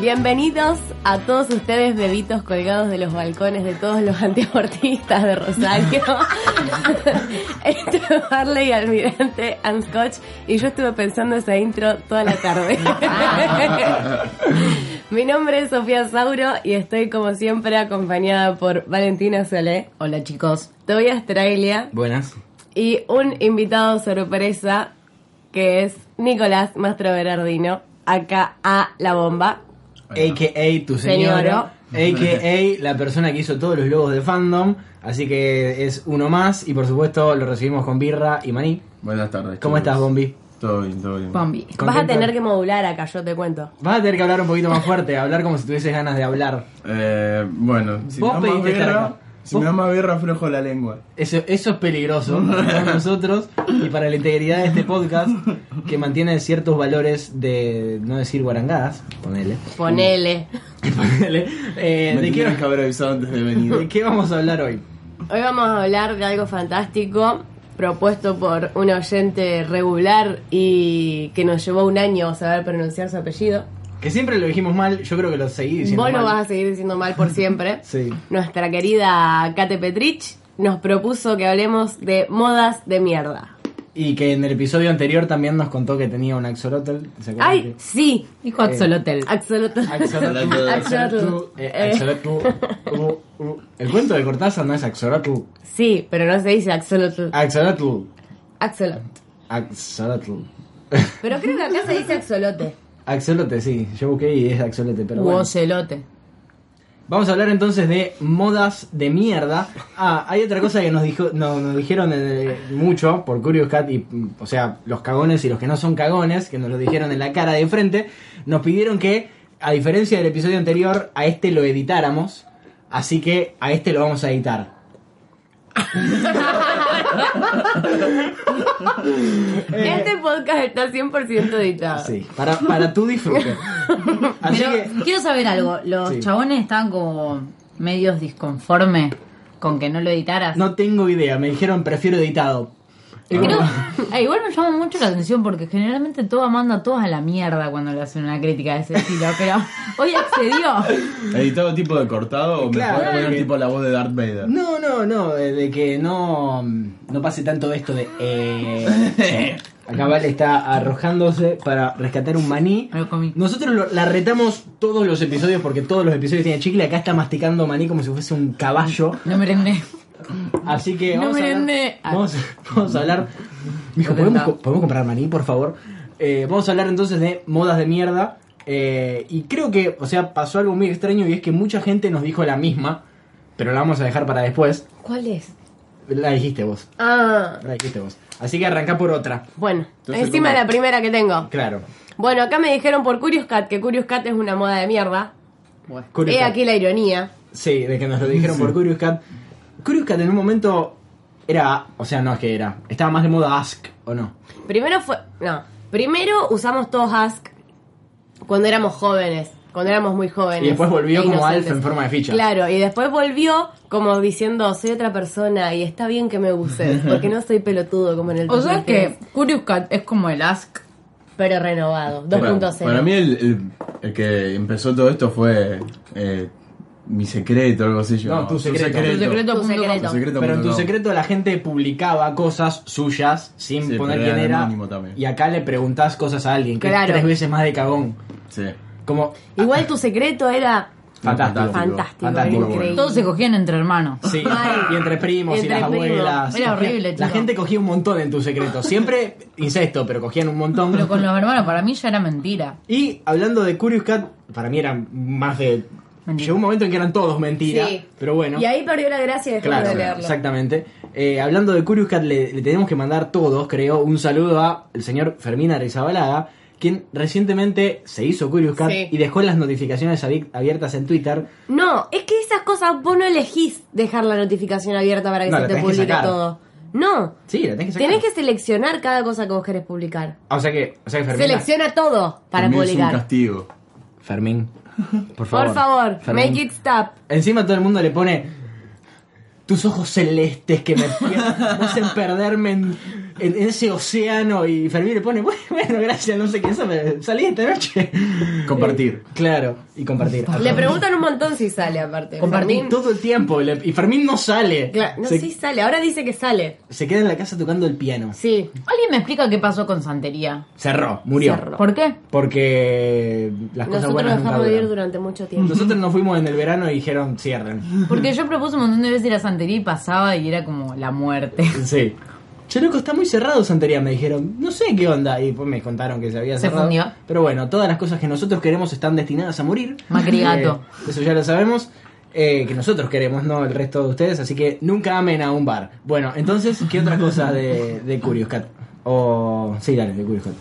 Bienvenidos a todos ustedes, bebitos colgados de los balcones de todos los antiabortistas de Rosario. Esto es Barley Almirante and Scotch y yo estuve pensando esa intro toda la tarde. Mi nombre es Sofía Sauro y estoy como siempre acompañada por Valentina Solé, Hola chicos, Tobias Trailia buenas. y un invitado sorpresa que es Nicolás Mastro Berardino, acá a La Bomba. AKA tu señora. AKA la persona que hizo todos los logos de fandom. Así que es uno más y por supuesto lo recibimos con birra y maní. Buenas tardes. ¿Cómo estás, Bombi? Todo bien, todo bien. Bombi. Vas a ¿Contento? tener que modular acá, yo te cuento. Vas a tener que hablar un poquito más fuerte, hablar como si tuvieses ganas de hablar. Eh, bueno, si me Vos das más pediste estar acá. birra, si Vos- me das más birra, aflojo la lengua. Eso, eso es peligroso para nosotros y para la integridad de este podcast que mantiene ciertos valores de no decir guarangadas, ponele. Ponele. ponele. Eh, Me ¿de, tienes que qué, haber avisado antes de venir. de qué vamos a hablar hoy? Hoy vamos a hablar de algo fantástico propuesto por un oyente regular y que nos llevó un año saber pronunciar su apellido. Que siempre lo dijimos mal, yo creo que lo seguí diciendo Vos lo mal. vas a seguir diciendo mal por siempre. Sí. Nuestra querida Kate Petrich nos propuso que hablemos de modas de mierda. Y que en el episodio anterior también nos contó que tenía un axolotl. ¿se acuerdan ¡Ay, sí! Dijo Eh. Axolotel. Absoluto. que- Axolotl. Axolotl. Eh, Eh. axolotl. Uh, uh. El cuento de Cortázar no es axolotl. Sí, pero no se dice axolotl. Axolotl. Axolotl. Axolotl. Pero creo que acá se dice axolote. Axolote, sí. Yo busqué y es axolote, pero U bueno. ocelote. Vamos a hablar entonces de modas de mierda. Ah, hay otra cosa que nos dijo, no, nos dijeron eh, mucho por Curious Cat y, mm, o sea, los cagones y los que no son cagones, que nos lo dijeron en la cara de frente, nos pidieron que, a diferencia del episodio anterior, a este lo editáramos. Así que a este lo vamos a editar. Este podcast está 100% editado. Eh. Sí, para, para tu disfrute. Así Pero que, quiero saber algo. Los Sí. chabones estaban como medios disconformes con que no lo editaras. no tengo idea, me dijeron prefiero editado. Y Creo- como- Ah, igual me llama mucho la atención porque generalmente todos manda a todos a la mierda cuando le hacen una crítica de ese estilo, pero hoy accedió. ¿Editado tipo de cortado o Claro, mejor poner porque- tipo la voz de Darth Vader? No, no, no, eh, de que no, no pase tanto esto de... Eh, acá Vale está arrojándose para rescatar un maní. Me lo comí. Nosotros lo- la retamos todos los episodios porque todos los episodios tienen chicle. Acá está masticando maní como si fuese un caballo. No merendé. Así que No vamos, a, hablar, merendé. vamos, vamos a hablar... Mijo, ¿podemos, co- podemos comprar maní, por favor? Eh, vamos a hablar entonces de modas de mierda. eh, y creo que, o sea, pasó algo muy extraño y es que mucha gente nos dijo la misma, pero la vamos a dejar para después. ¿Cuál es? La dijiste vos. Ah, La dijiste vos. Así que arrancá por otra. bueno, Entonces, encima ¿cómo? la primera que tengo. Claro. Bueno, acá me dijeron por Curious Cat que Curious Cat es una moda de mierda. Curious He Cat. Eh, aquí la ironía. Sí, de que nos lo dijeron por Curious Cat. Curious Cat en un momento era. O sea, no es que era. Estaba más de moda Ask, ¿o no? Primero fue. No. Primero usamos todos Ask cuando éramos jóvenes. Cuando éramos muy jóvenes. Y después volvió e como inocentes. Alf en forma de ficha. Claro, y después volvió como diciendo: soy otra persona y está bien que me uses, porque no soy pelotudo como en el O sea 2003, que Curious Cat es como el Ask. Pero renovado, 2.0. Para, para mí el, el- el que empezó todo esto fue eh, mi secreto, algo así. yo- No, tu secreto. Tu secreto. Tu secreto. Tu secreto Pero en punto tu com. secreto la gente publicaba cosas suyas sin Sí, poner pero quién era era. anónimo también. Y acá le preguntás cosas a alguien, que es Claro. tres veces más de cagón. Sí. Como Igual tu secreto era fantástico. fantástico, era Fantástico, bueno. increíble. Todos se cogían entre hermanos. Sí, y entre primos y, Entre las primos. abuelas. Era horrible, La chico. gente cogía un montón en tu secreto. Siempre incesto, pero cogían un montón. Pero con los hermanos para mí ya era mentira. Y hablando de Curious Cat, para mí eran más de. Mentira. Llegó un momento en que eran todos mentiras. Sí. Pero bueno. Y ahí perdió la gracia después Claro, de leerlo. exactamente. Eh, hablando de Curious Cat, le, le tenemos que mandar todos, creo, un saludo a el señor Fermín Arizabalaga, quien recientemente se hizo Curious Cat Sí. y dejó las notificaciones abi- abiertas en Twitter. No, es que esas cosas vos no elegís dejar la notificación abierta para que No, se la te tenés que publique sacar. todo. No, Sí, la tenés que sacar. tenés que seleccionar cada cosa que vos querés publicar. Ah, O sea que, o sea que Fermín. Selecciona todo para También es un publicar. castigo. Fermín. Por favor. Por favor, Fermín. make it stop. Encima todo el mundo le pone. Tus ojos celestes que me, que me hacen perderme en, en- en ese océano. Y Fermín le pone, bueno, gracias, no sé qué, eso me salí esta noche. Eh, Compartir. Claro, y compartir. Le preguntan un montón si sale aparte. Compartí Fermín- todo el tiempo. le- y Fermín no sale. Cla- no, se, sí sale, ahora dice que sale. se queda en la casa tocando el piano. Sí. ¿Alguien me explica qué pasó con Santería? Cerró, murió. Cerró. ¿Por qué? Porque las cosas Nosotros buenas nunca dejamos de ir duran. durante mucho tiempo. Nosotros nos fuimos en el verano y dijeron cierren. Porque yo propuse un montón de veces ir a Santería y pasaba y era como la muerte. Sí. Che, loco, está muy cerrado Santería, me dijeron. No sé qué onda. Y pues me contaron que se había Se cerrado. fundió. Pero bueno, todas las cosas que nosotros queremos están destinadas a morir. Macri gato. Eh, eso ya lo sabemos. Eh, que nosotros queremos, no el resto de ustedes. Así que nunca amen a un bar. Bueno, entonces, ¿qué otra cosa de, de Curious Cat? O... Sí, dale, de Curious Cat.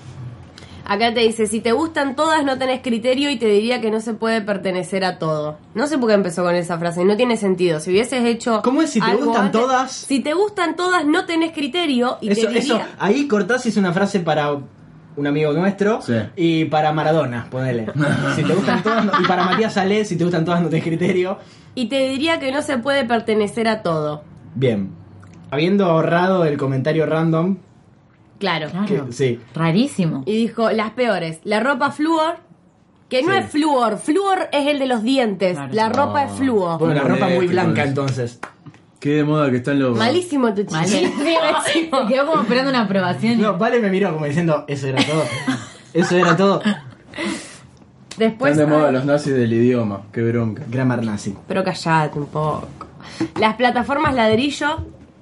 Acá te dice, si te gustan todas no tenés criterio y te diría que no se puede pertenecer a todo. No sé por qué empezó con esa frase, no tiene sentido. Si hubieses hecho... ¿Cómo es si te algo gustan antes- todas? Si te gustan todas no tenés criterio y Eso, te diría... eso, ahí cortás y es una frase para un amigo nuestro Sí. y para Maradona, ponele. si te gustan todas, no- y para Matías Ale, si te gustan todas, no tenés criterio. Y te diría que no se puede pertenecer a todo. Bien. Habiendo ahorrado el comentario random, Claro. Claro. que- sí. Rarísimo. Y dijo, las peores, la ropa flúor, que no Sí. es flúor, flúor es el de los dientes, Claro. la ropa es flúor. Bueno, la Muy ropa muy eléctrico blanca eso. entonces. Qué de moda que están los. Malísimo tu chiste. Malísimo. Me quedó como esperando una aprobación. y- No, Vale me miró como diciendo, eso era todo. eso era todo. Después... pues, Están de moda los nazis del idioma. Qué bronca. Grammar nazi. Pero callate un poco. Las plataformas ladrillo.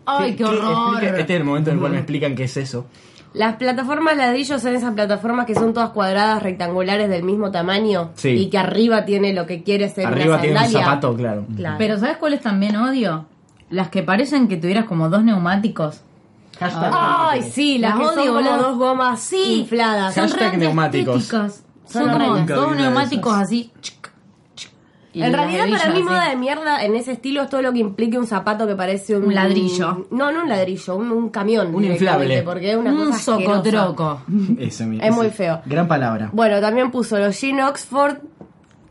Ay, qué horror. explica- Este es el momento en el cual me explican qué es eso. Las plataformas ladrillo son esas plataformas que son todas cuadradas, rectangulares del mismo tamaño. Sí. Y que arriba tiene lo que quiere ser Arriba una tiene un sandalia. zapato, claro. Claro. Pero ¿sabes cuáles también odio? Las que parecen que tuvieras como dos neumáticos. Hashtag Ay, sí, las, Las odio odio, con las boludo. dos gomas Sí. infladas. Hashtag re neumáticos. antiestéticas. Son Son como horrendas. Nunca vi dos una de neumáticos esas. así. chic, chic, y en las realidad para hebillas mí así. moda de mierda en ese estilo es todo lo que implique un zapato que parece un... Un ladrillo. No, no un ladrillo, un, un camión. Un directamente, inflable. Porque es una un cosa asquerosa. socotroco. Eso, mi- Es muy eso. feo. Gran palabra. Bueno, también puso los Jean Oxford,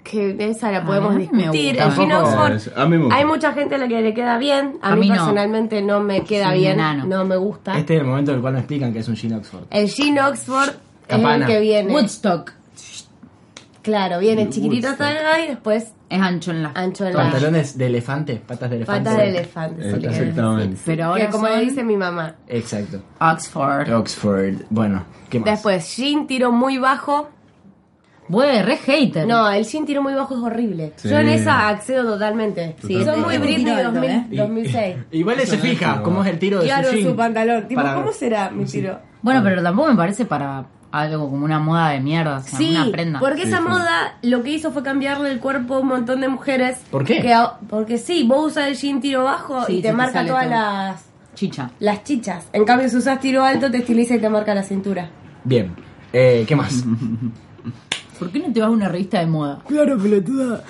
que esa la podemos a mí me discutir. gusta. El Jean Tampoco- Oxford, A mí me gusta. hay mucha gente a la que le queda bien. A, A mí, mí no. personalmente no me queda Es un bien, enano. no me gusta. Este es el momento en el cual me explican que es un Jean Oxford. El Jean Oxford es el Campana. que viene. Woodstock. Claro, viene chiquitito Woodstock. acá y después Es ancho en la. ancho en Eh, la Pantalones de elefante, patas de elefante. pata de elefante. Eh, si le querés Exactamente. Pero decir. ahora Que como son dice mi mamá. Exacto. Oxford. Oxford. Bueno, ¿qué más? Después, jean tiro muy bajo. Güey, re hater. No, el jean tiro muy bajo es horrible. Sí. Yo en esa accedo totalmente. Totalmente. Son muy Britney Tiro alto, 2000, ¿eh? Y- 2006. Igual se fija cómo es el tiro de Claro, su en jean. su pantalón. Tipo, Para- ¿cómo será mi tiro? Bueno, pero tampoco me parece para algo como una moda de mierda. o sea, Sí, una prenda. porque esa Sí, sí. moda lo que hizo fue cambiarle el cuerpo a un montón de mujeres. ¿Por qué? que a- porque sí, vos usas el jean tiro bajo Sí, y se te te marca sale todas todo. las, Chicha. las chichas. En cambio, si usas tiro alto, te estiliza y te marca la cintura. Bien. Eh, ¿Qué más? ¿Por qué no te vas a una revista de moda? claro, pelotuda.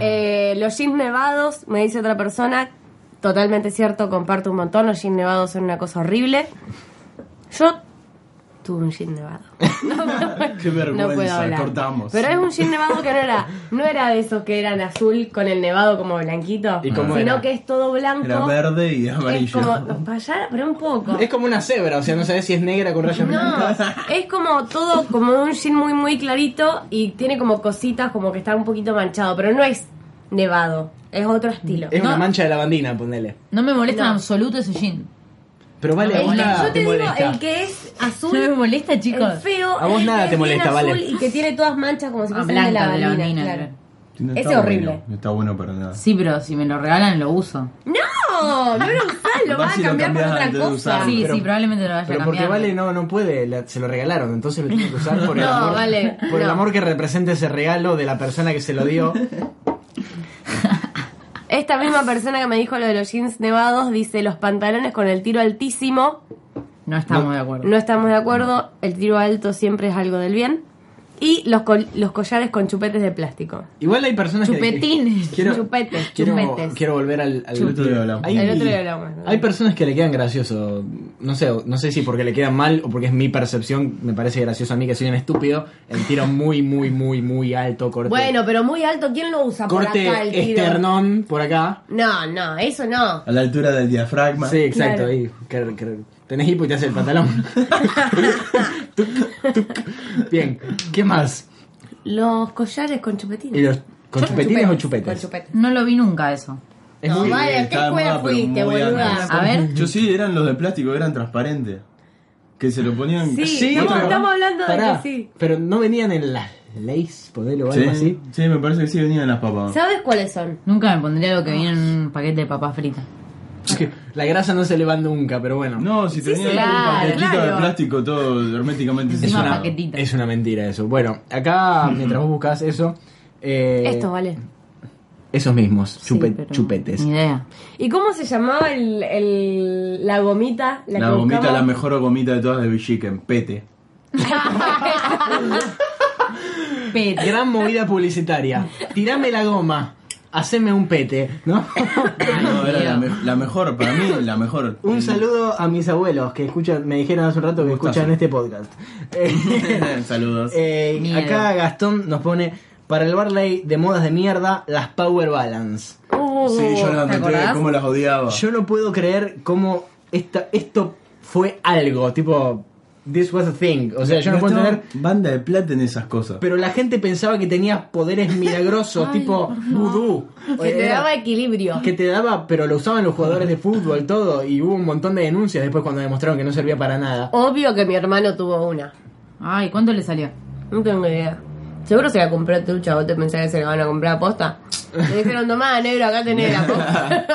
Eh, los jeans nevados, me dice otra persona, totalmente cierto, comparto un montón, los jeans nevados son una cosa horrible. Yo tuve un jean nevado. No, no puedo- Qué vergüenza, no puedo hablar. cortamos. Pero es un jean nevado que no era, no era de esos que eran azul con el nevado como blanquito, ¿Y cómo sino era? que es todo blanco. Era verde y es amarillo. como, para allá, pero un poco. Es como una cebra, o sea, no sabes si es negra con rayas No, blancas. es como todo, como un jean muy, muy clarito y tiene como cositas como que está un poquito manchado, pero no es nevado, es otro estilo. Es una No. mancha de lavandina, ponele. No me molesta No. en absoluto ese jean. Pero vale, No a me vos molesta. nada Yo te te digo, molesta. el que es No azul, me molesta, el chicos. feo, A vos el nada que te es bien molesta, azul vale. Y que tiene todas manchas como si Ah, fuesen de blanca, de la lavandina, claro. No Ese está horrible. bueno, no está bueno para nada. Sí, pero si me lo regalan lo uso. No, no lo usás, lo Vas vas y a lo cambiar por cambiás otra antes de cosa. usarlo. Sí, pero- sí, probablemente lo vaya Pero a porque cambiar. Vale no, no puede, la- se lo regalaron, entonces lo tiene que usar por el No, amor. vale, por el no. amor que representa ese regalo de la persona que se lo dio. Esta misma persona que me dijo lo de los jeans nevados dice los pantalones con el tiro altísimo. No estamos de acuerdo. No estamos de acuerdo, el tiro alto siempre es algo del bien. Y los, col- los collares con chupetes de plástico. Igual hay personas que- Chupetines, que. Quiero, chupetes, quiero, chupetes. quiero volver al. al El otro día hablamos. Hay, El otro día hablamos. Hay personas que le quedan gracioso. No sé, no sé si porque le quedan mal o porque es mi percepción. Me parece gracioso a mí que soy un estúpido. El tiro muy, muy, muy, muy alto, corte. Bueno, pero muy alto, ¿quién lo usa corte por acá el tiro? esternón por acá. No, no, eso no. A la altura del diafragma. Sí, exacto. Claro. ahí. Car- car- tenés hipo y te hace el pantalón. Tuc, tuc. Bien, ¿qué más? Los collares con chupetines. ¿Y los, ¿Con chupetines o chupetes? Con chupetes. No lo vi nunca eso. Es No, muy- vale, ¿a ¿qué Estaba de escuela moda, pero fuiste, muy boluda? antes. A ver. Yo sí, eran los de plástico, eran transparentes. Que se lo ponían. Sí, Sí, estamos, pero- estamos hablando de Pará, que sí. Pero no venían en las leyes, poder o algo sí, así. sí, me parece que sí venían las papas. ¿Sabes cuáles son? Nunca me pondría algo que viene en un paquete de papas fritas. Es que La grasa no se le va nunca, pero bueno. No, si tenían claro, un paquetito claro. de plástico todo herméticamente Encima sellado. paquetito. Tita. Es una mentira eso. Bueno, acá mientras vos buscas eso, eh, Estos, vale. esos mismos, Sí, chupe- pero chupetes. Ni idea. ¿Y cómo se llamaba el, el- la gomita? La, que gomita, buscamos? la mejor gomita de todas de Villiquen, pete. Pero Gran movida publicitaria. Tirame la goma, haceme un pete, ¿no? No, era la, me- la mejor, para mí, la mejor. un saludo a mis abuelos que escuchan, me dijeron hace un rato que Gustazo. escuchan este podcast. Eh, Saludos. eh, Miedo. acá Gastón nos pone para el Barley de modas de mierda, las Power Balance. Uh, sí, yo las ¿te noté acordás? cómo las odiaba. Yo no puedo creer cómo esta, esto fue algo, tipo, this was a thing. O sea, yo no puedo Gastaba entender. Banda de plata en esas cosas. Pero la gente pensaba que tenía poderes milagrosos, tipo vudú. Eh, Que te Era- daba equilibrio. que te daba, pero lo usaban los jugadores de fútbol, todo. Y hubo un montón de denuncias después cuando demostraron que no servía para nada. Obvio que mi hermano tuvo una. Ay, ¿cuánto le salió? No tengo idea. Seguro se la compró trucha, vos te pensás que se la van a comprar a posta. Le dijeron, tomá, negro, acá tenés la posta.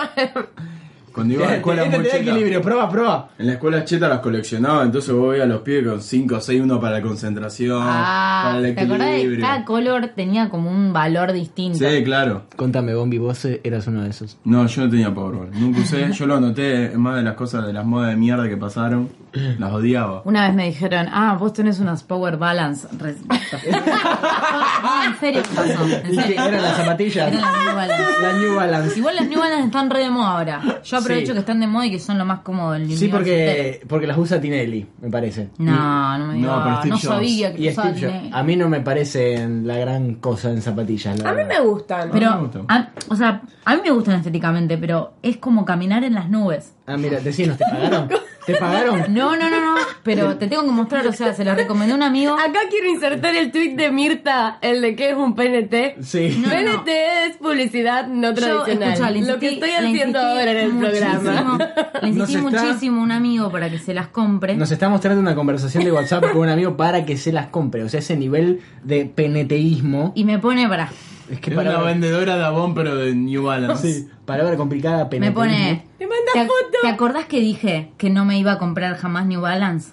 Cuando iba a la escuela Este muy te da cheta, equilibrio, prueba, prueba. En la escuela cheta las coleccionaba, entonces vos veías a los pibes con 5 o 6, uno para la concentración, Ah, para el ¿te acordás de equilibrio. cada color tenía como un valor distinto? Sí, claro. Contame, Bombi, vos eh, eras uno de esos. No, yo no tenía Powerball. Nunca usé, yo lo anoté en más de las cosas de las modas de mierda que pasaron. Las odiaba. Una vez me dijeron, ah, vos tenés unas power balance. Re- Ah, en serio, ¿qué pasó? En Y que serio. eran las zapatillas, Eran las New Balance. la New Balance. Igual las New Balance están re de moda ahora. Yo aprovecho Sí. que están de moda y que son lo más cómodo del Sí, universo entero. porque, porque las usa Tinelli, me parece. No, no me No, digas. pero No, Steve Jobs. sabía Y que Steve usaban Jobs. Ah, Nike. A mí no me parecen la gran cosa en zapatillas. la A mí verdad. me gustan. Pero, me gustan. a- o sea, a mí me gustan estéticamente, pero es como caminar en las nubes. Ah, mira, decinos, ¿te pagaron? ¿Te pagaron? No, no, no, no, pero te tengo que mostrar, o sea, se lo recomendé a un amigo. Acá quiero insertar el tweet de Mirta, el de que es un PNT. Sí. No, PNT no. es publicidad no tradicional. escuchá, le lo que insistí- estoy le haciendo insistí ahora en el muchísimo, programa. Le insistí Nos está- muchísimo a un amigo para que se las compre. Nos está mostrando una conversación de WhatsApp con un amigo para que se las compre. O sea, ese nivel de peneteísmo. Y me pone, para, Es que Era una palabra, vendedora de Avon, pero de New Balance. sí, palabra complicada, me peneteísmo. pone. Me manda ¿te, ac- foto. ¿Te acordás que dije que no me iba a comprar jamás New Balance?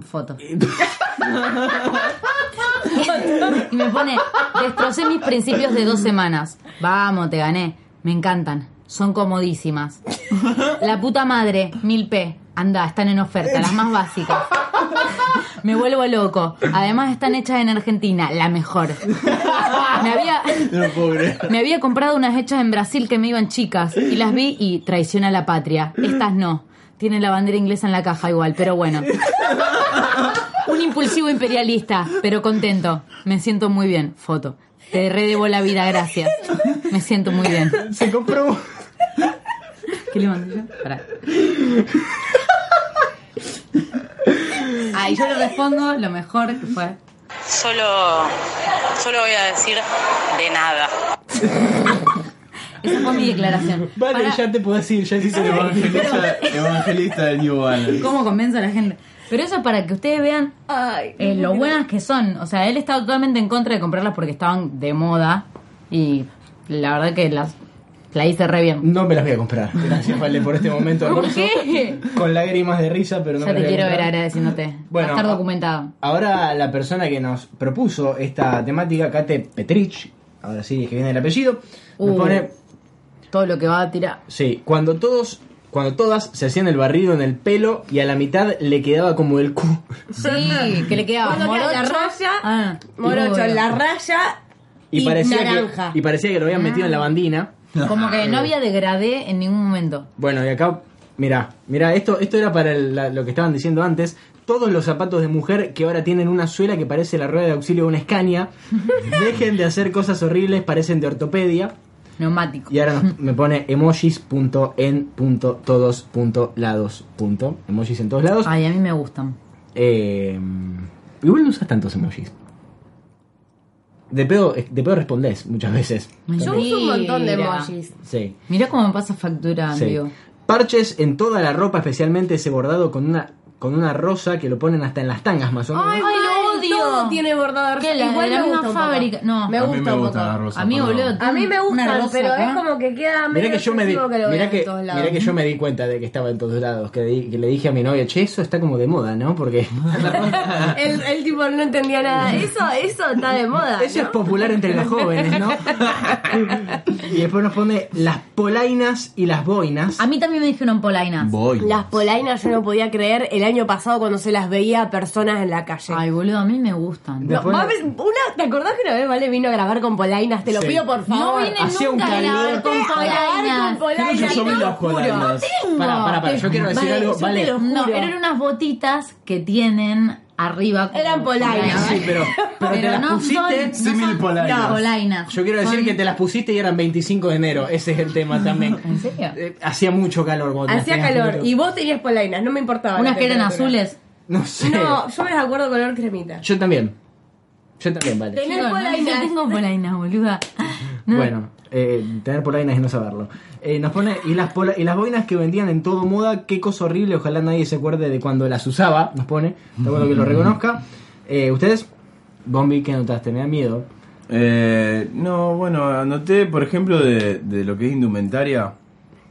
Foto. y me pone, destrocé mis principios de dos semanas. Vamos, te gané. Me encantan. Son comodísimas. La puta madre, mil P. Anda, están en oferta, las más básicas. Me vuelvo loco. Además están hechas en Argentina, la mejor. Me había, No, pobre. me había comprado unas hechas en Brasil que me iban chicas y las vi y traiciona la patria. Estas no. Tiene la bandera inglesa en la caja igual, pero bueno. Un impulsivo imperialista, pero contento. Me siento muy bien. Foto. Te redebo la vida, gracias. Me siento muy bien. Se compró. ¿Qué le mandé yo? Pará. Ahí yo le respondo lo mejor que fue. Solo, solo voy a decir de nada. Esa fue mi declaración. Vale, Pará, ya te puedo decir, ya hiciste lo Evangelista, evangelista del New Balance. ¿Cómo convenzo a la gente? Pero eso es para que ustedes vean eh, lo buenas que son. O sea, él estaba totalmente en contra de comprarlas porque estaban de moda. Y la verdad que las la hice re bien. No me las voy a comprar. Gracias, Vale, por este momento ¿Por hermoso. qué? Con lágrimas de risa, pero no Ya te me las voy a quiero ver comprar. agradeciéndote. Bueno, Bueno, estar a- documentado. Ahora la persona que nos propuso esta temática, Kate Petrich, ahora sí es que viene el apellido, nos Uh. pone, Todo lo que va a tirar. sí, cuando todos, cuando todas se hacían el barrido en el pelo y a la mitad le quedaba como el cu. Sí, que le quedaba Cuando queda morocho. la raya, Ah, morocho, obvio. la raya y, naranja. que, y parecía que lo habían metido en Ah. la bandina. Como que no había degradé en ningún momento. Bueno, y acá, mirá, mirá, esto, esto era para el- la- lo que estaban diciendo antes. Todos los zapatos de mujer que ahora tienen una suela que parece la rueda de auxilio de una escaña, dejen de hacer cosas horribles, parecen de ortopedia. Neumático. Y ahora nos- me pone emojis.en.todos.lados. punto. Emojis en todos lados. Ay, a mí me gustan. Eh, igual no usas tantos emojis. De pedo, de pedo respondés muchas veces. Mm. Yo uso un montón de Mira. emojis. Sí. Mirá cómo me pasa factura, sí. amigo. Parches en toda la ropa, especialmente ese bordado con una, con una rosa que lo ponen hasta en las tangas más o menos. Ay, Ay, lo mal, odio. Todo tiene bordado ¿Qué, la- Igual de la me misma gusta un poco. fábrica? No. me A mí gusta me un gusta poco. la rosa, A mí, perdón. boludo. A mí me una gustan, rosa pero acá. es como que queda medio Mirá que, yo me di, excesivo que lo mirá vean que- en todos lados. mirá que yo me di cuenta de que estaba en todos lados, que, di- que le dije a mi novia, che, eso está como de moda, ¿no? Porque el, el tipo no entendía Ah. nada. Eso, eso está de moda. Eso es popular entre los jóvenes, ¿no? y después nos pone las polainas y las boinas. A mí también me dijeron polainas. Voy. Las polainas yo no podía creer el año pasado cuando se las veía a personas en la calle. Ay, boludo, a mí me gustan. No, Después- Vale, una, ¿Te acordás que una vez Vale vino a grabar con polainas? Te lo Sí. pido por No favor. vine hacía un nunca a grabar calor. con A grabar con polainas. Creo que polainas. yo vi te lo las juro. polainas. Para, para, para, yo quiero decir Vale, algo, yo te vale. lo No, juro. eran unas botitas que tienen arriba. como- Eran polainas. Sí, pero, pero, te las no pusiste. son, Símil no son polainas. polainas. Yo quiero decir Son- que te las pusiste y eran 25 de enero. Ese es el tema también. ¿En serio? Eh, hacía mucho calor, vos. Hacía tenías calor mucho- y vos tenías polainas, no me importaba. la Unas que eran temperatura. azules. No sé. No, yo me las acuerdo color cremita. Yo también. Yo también, vale. Tenés Chicos, no, polainas. yo tengo polainas, boluda. No. Bueno, eh, tener polainas y no saberlo. Eh, nos pone, y las, pola- y las boinas que vendían en todo moda, qué cosa horrible, ojalá nadie se acuerde de cuando las usaba, nos pone, de acuerdo que lo reconozca. Eh, Ustedes, Bombi, ¿qué notaste? Me da miedo. Eh, no, bueno, anoté, por ejemplo, de, de lo que es indumentaria,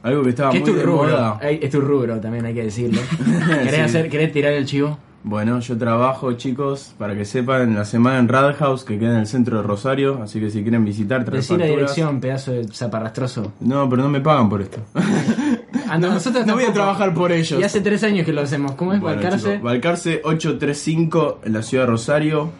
algo que estaba Que muy de moda. Ay, es tu rubro también, hay que decirlo. ¿Querés, Sí. hacer, ¿Querés tirar el chivo? Bueno, yo trabajo, chicos, para que sepan, en la semana en Rad House, que queda en el centro de Rosario, así que si quieren visitar, traer Decir la facturas. dirección, pedazo de zaparrastroso. No, pero no me pagan por esto. Ah, no, nosotros no voy a tampoco. trabajar por ellos. Y hace tres años que lo hacemos. ¿Cómo es? Bueno, Balcarce? chicos, Balcarce 835 en la ciudad de Rosario.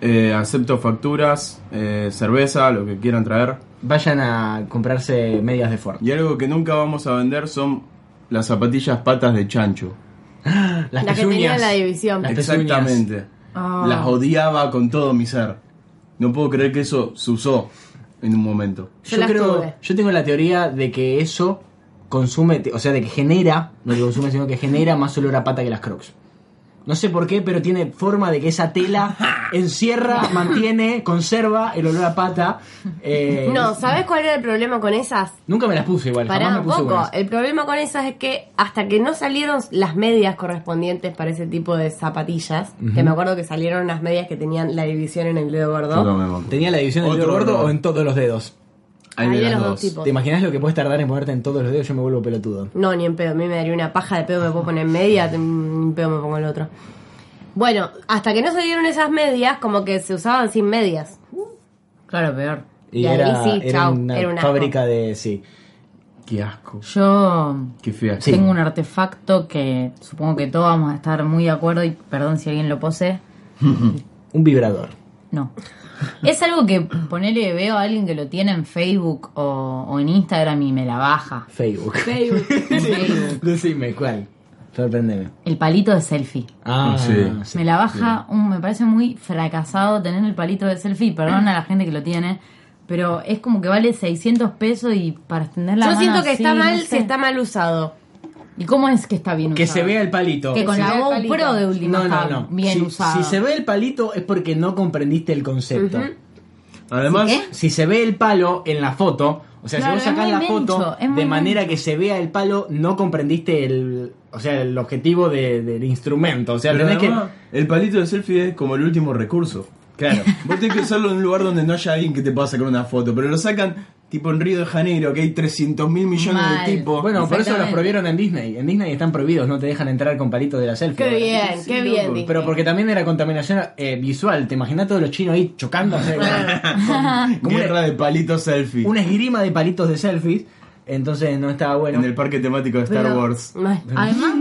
Eh, acepto facturas, eh, cerveza, lo que quieran traer. Vayan a comprarse medias de Ford. Y algo que nunca vamos a vender son las zapatillas patas de chancho. Las La que tenía pezuñas. en la división. Las pezuñas. Exactamente. Las odiaba con todo mi ser. No puedo creer que eso se usó en un momento. Yo Yo, las creo, tuve. yo tengo la teoría de que eso consume, o sea, de que genera, no que consume, sino que genera más olor a pata que las crocs. No sé por qué, pero tiene forma de que esa tela encierra, mantiene, conserva el olor a pata. Eh, No, ¿sabés cuál era el problema con esas? Nunca me las puse igual, jamás Pará me un puse poco. buenas. El problema con esas es que hasta que no salieron las medias correspondientes para ese tipo de zapatillas, que me acuerdo que salieron unas medias que tenían la división en el dedo gordo. Yo no me banco. ¿Tenía la división del Otro dedo gordo error. o en todos los dedos? Hay de Había las los dos dos. tipos. ¿Te imaginas lo que puedes tardar en ponerte en todos los dedos? Yo me vuelvo pelotudo. No, ni en pedo. A mí me daría una paja de pedo, me puedo poner media, de- ni en pedo me pongo el otro. Bueno, hasta que no salieron esas medias, como que se usaban sin medias. Claro, peor. Y Y ahí era, sí, era chau, una era un asco. fábrica de... Sí. Qué asco. Yo Qué fea. Sí. tengo un artefacto que supongo que todos vamos a estar muy de acuerdo y perdón si alguien lo posee. Un vibrador. No. Es algo que ponerle veo a alguien que lo tiene en Facebook o, o en Instagram y me la baja. Facebook. Facebook. Decime, ¿cuál? Sorprendeme. El palito de selfie. Ah, Sí. me la baja, un- me parece muy fracasado tener el palito de selfie, perdón a la gente que lo tiene, pero es como que vale 600 pesos y para extender la Yo mano siento que así, está no mal sé. si está mal usado. ¿Y cómo es que está bien Que usado? se vea el palito. Que con se la vea el palito. GoPro de última No, no, está no. bien si, usado. si se ve el palito es porque no comprendiste el concepto. Además, ¿Sí, qué? Si se ve el palo en la foto, o sea, Claro, si vos sacás es la muy mencho, foto es de muy manera que se vea el palo, no comprendiste el, o sea, el objetivo de- del instrumento. O sea, pero tenés que además, el palito de selfie es como el último recurso. Claro. Vos tenés que usarlo en un lugar donde no haya alguien que te pueda sacar una foto, pero lo sacan tipo en Río de Janeiro, que hay 300 mil millones Mal. de tipos. Bueno, por eso los Exactamente. prohibieron en Disney. En Disney están prohibidos, no te dejan entrar con palitos de la selfie. Qué bien, qué bien. dije. Pero porque también era contaminación eh, visual. Te imaginas todos los chinos ahí chocándose. con- como una, Guerra de palito selfie. una esgrima de palitos de selfies. Entonces no estaba bueno. En el parque temático de Star Pero- Wars. Mal. Además,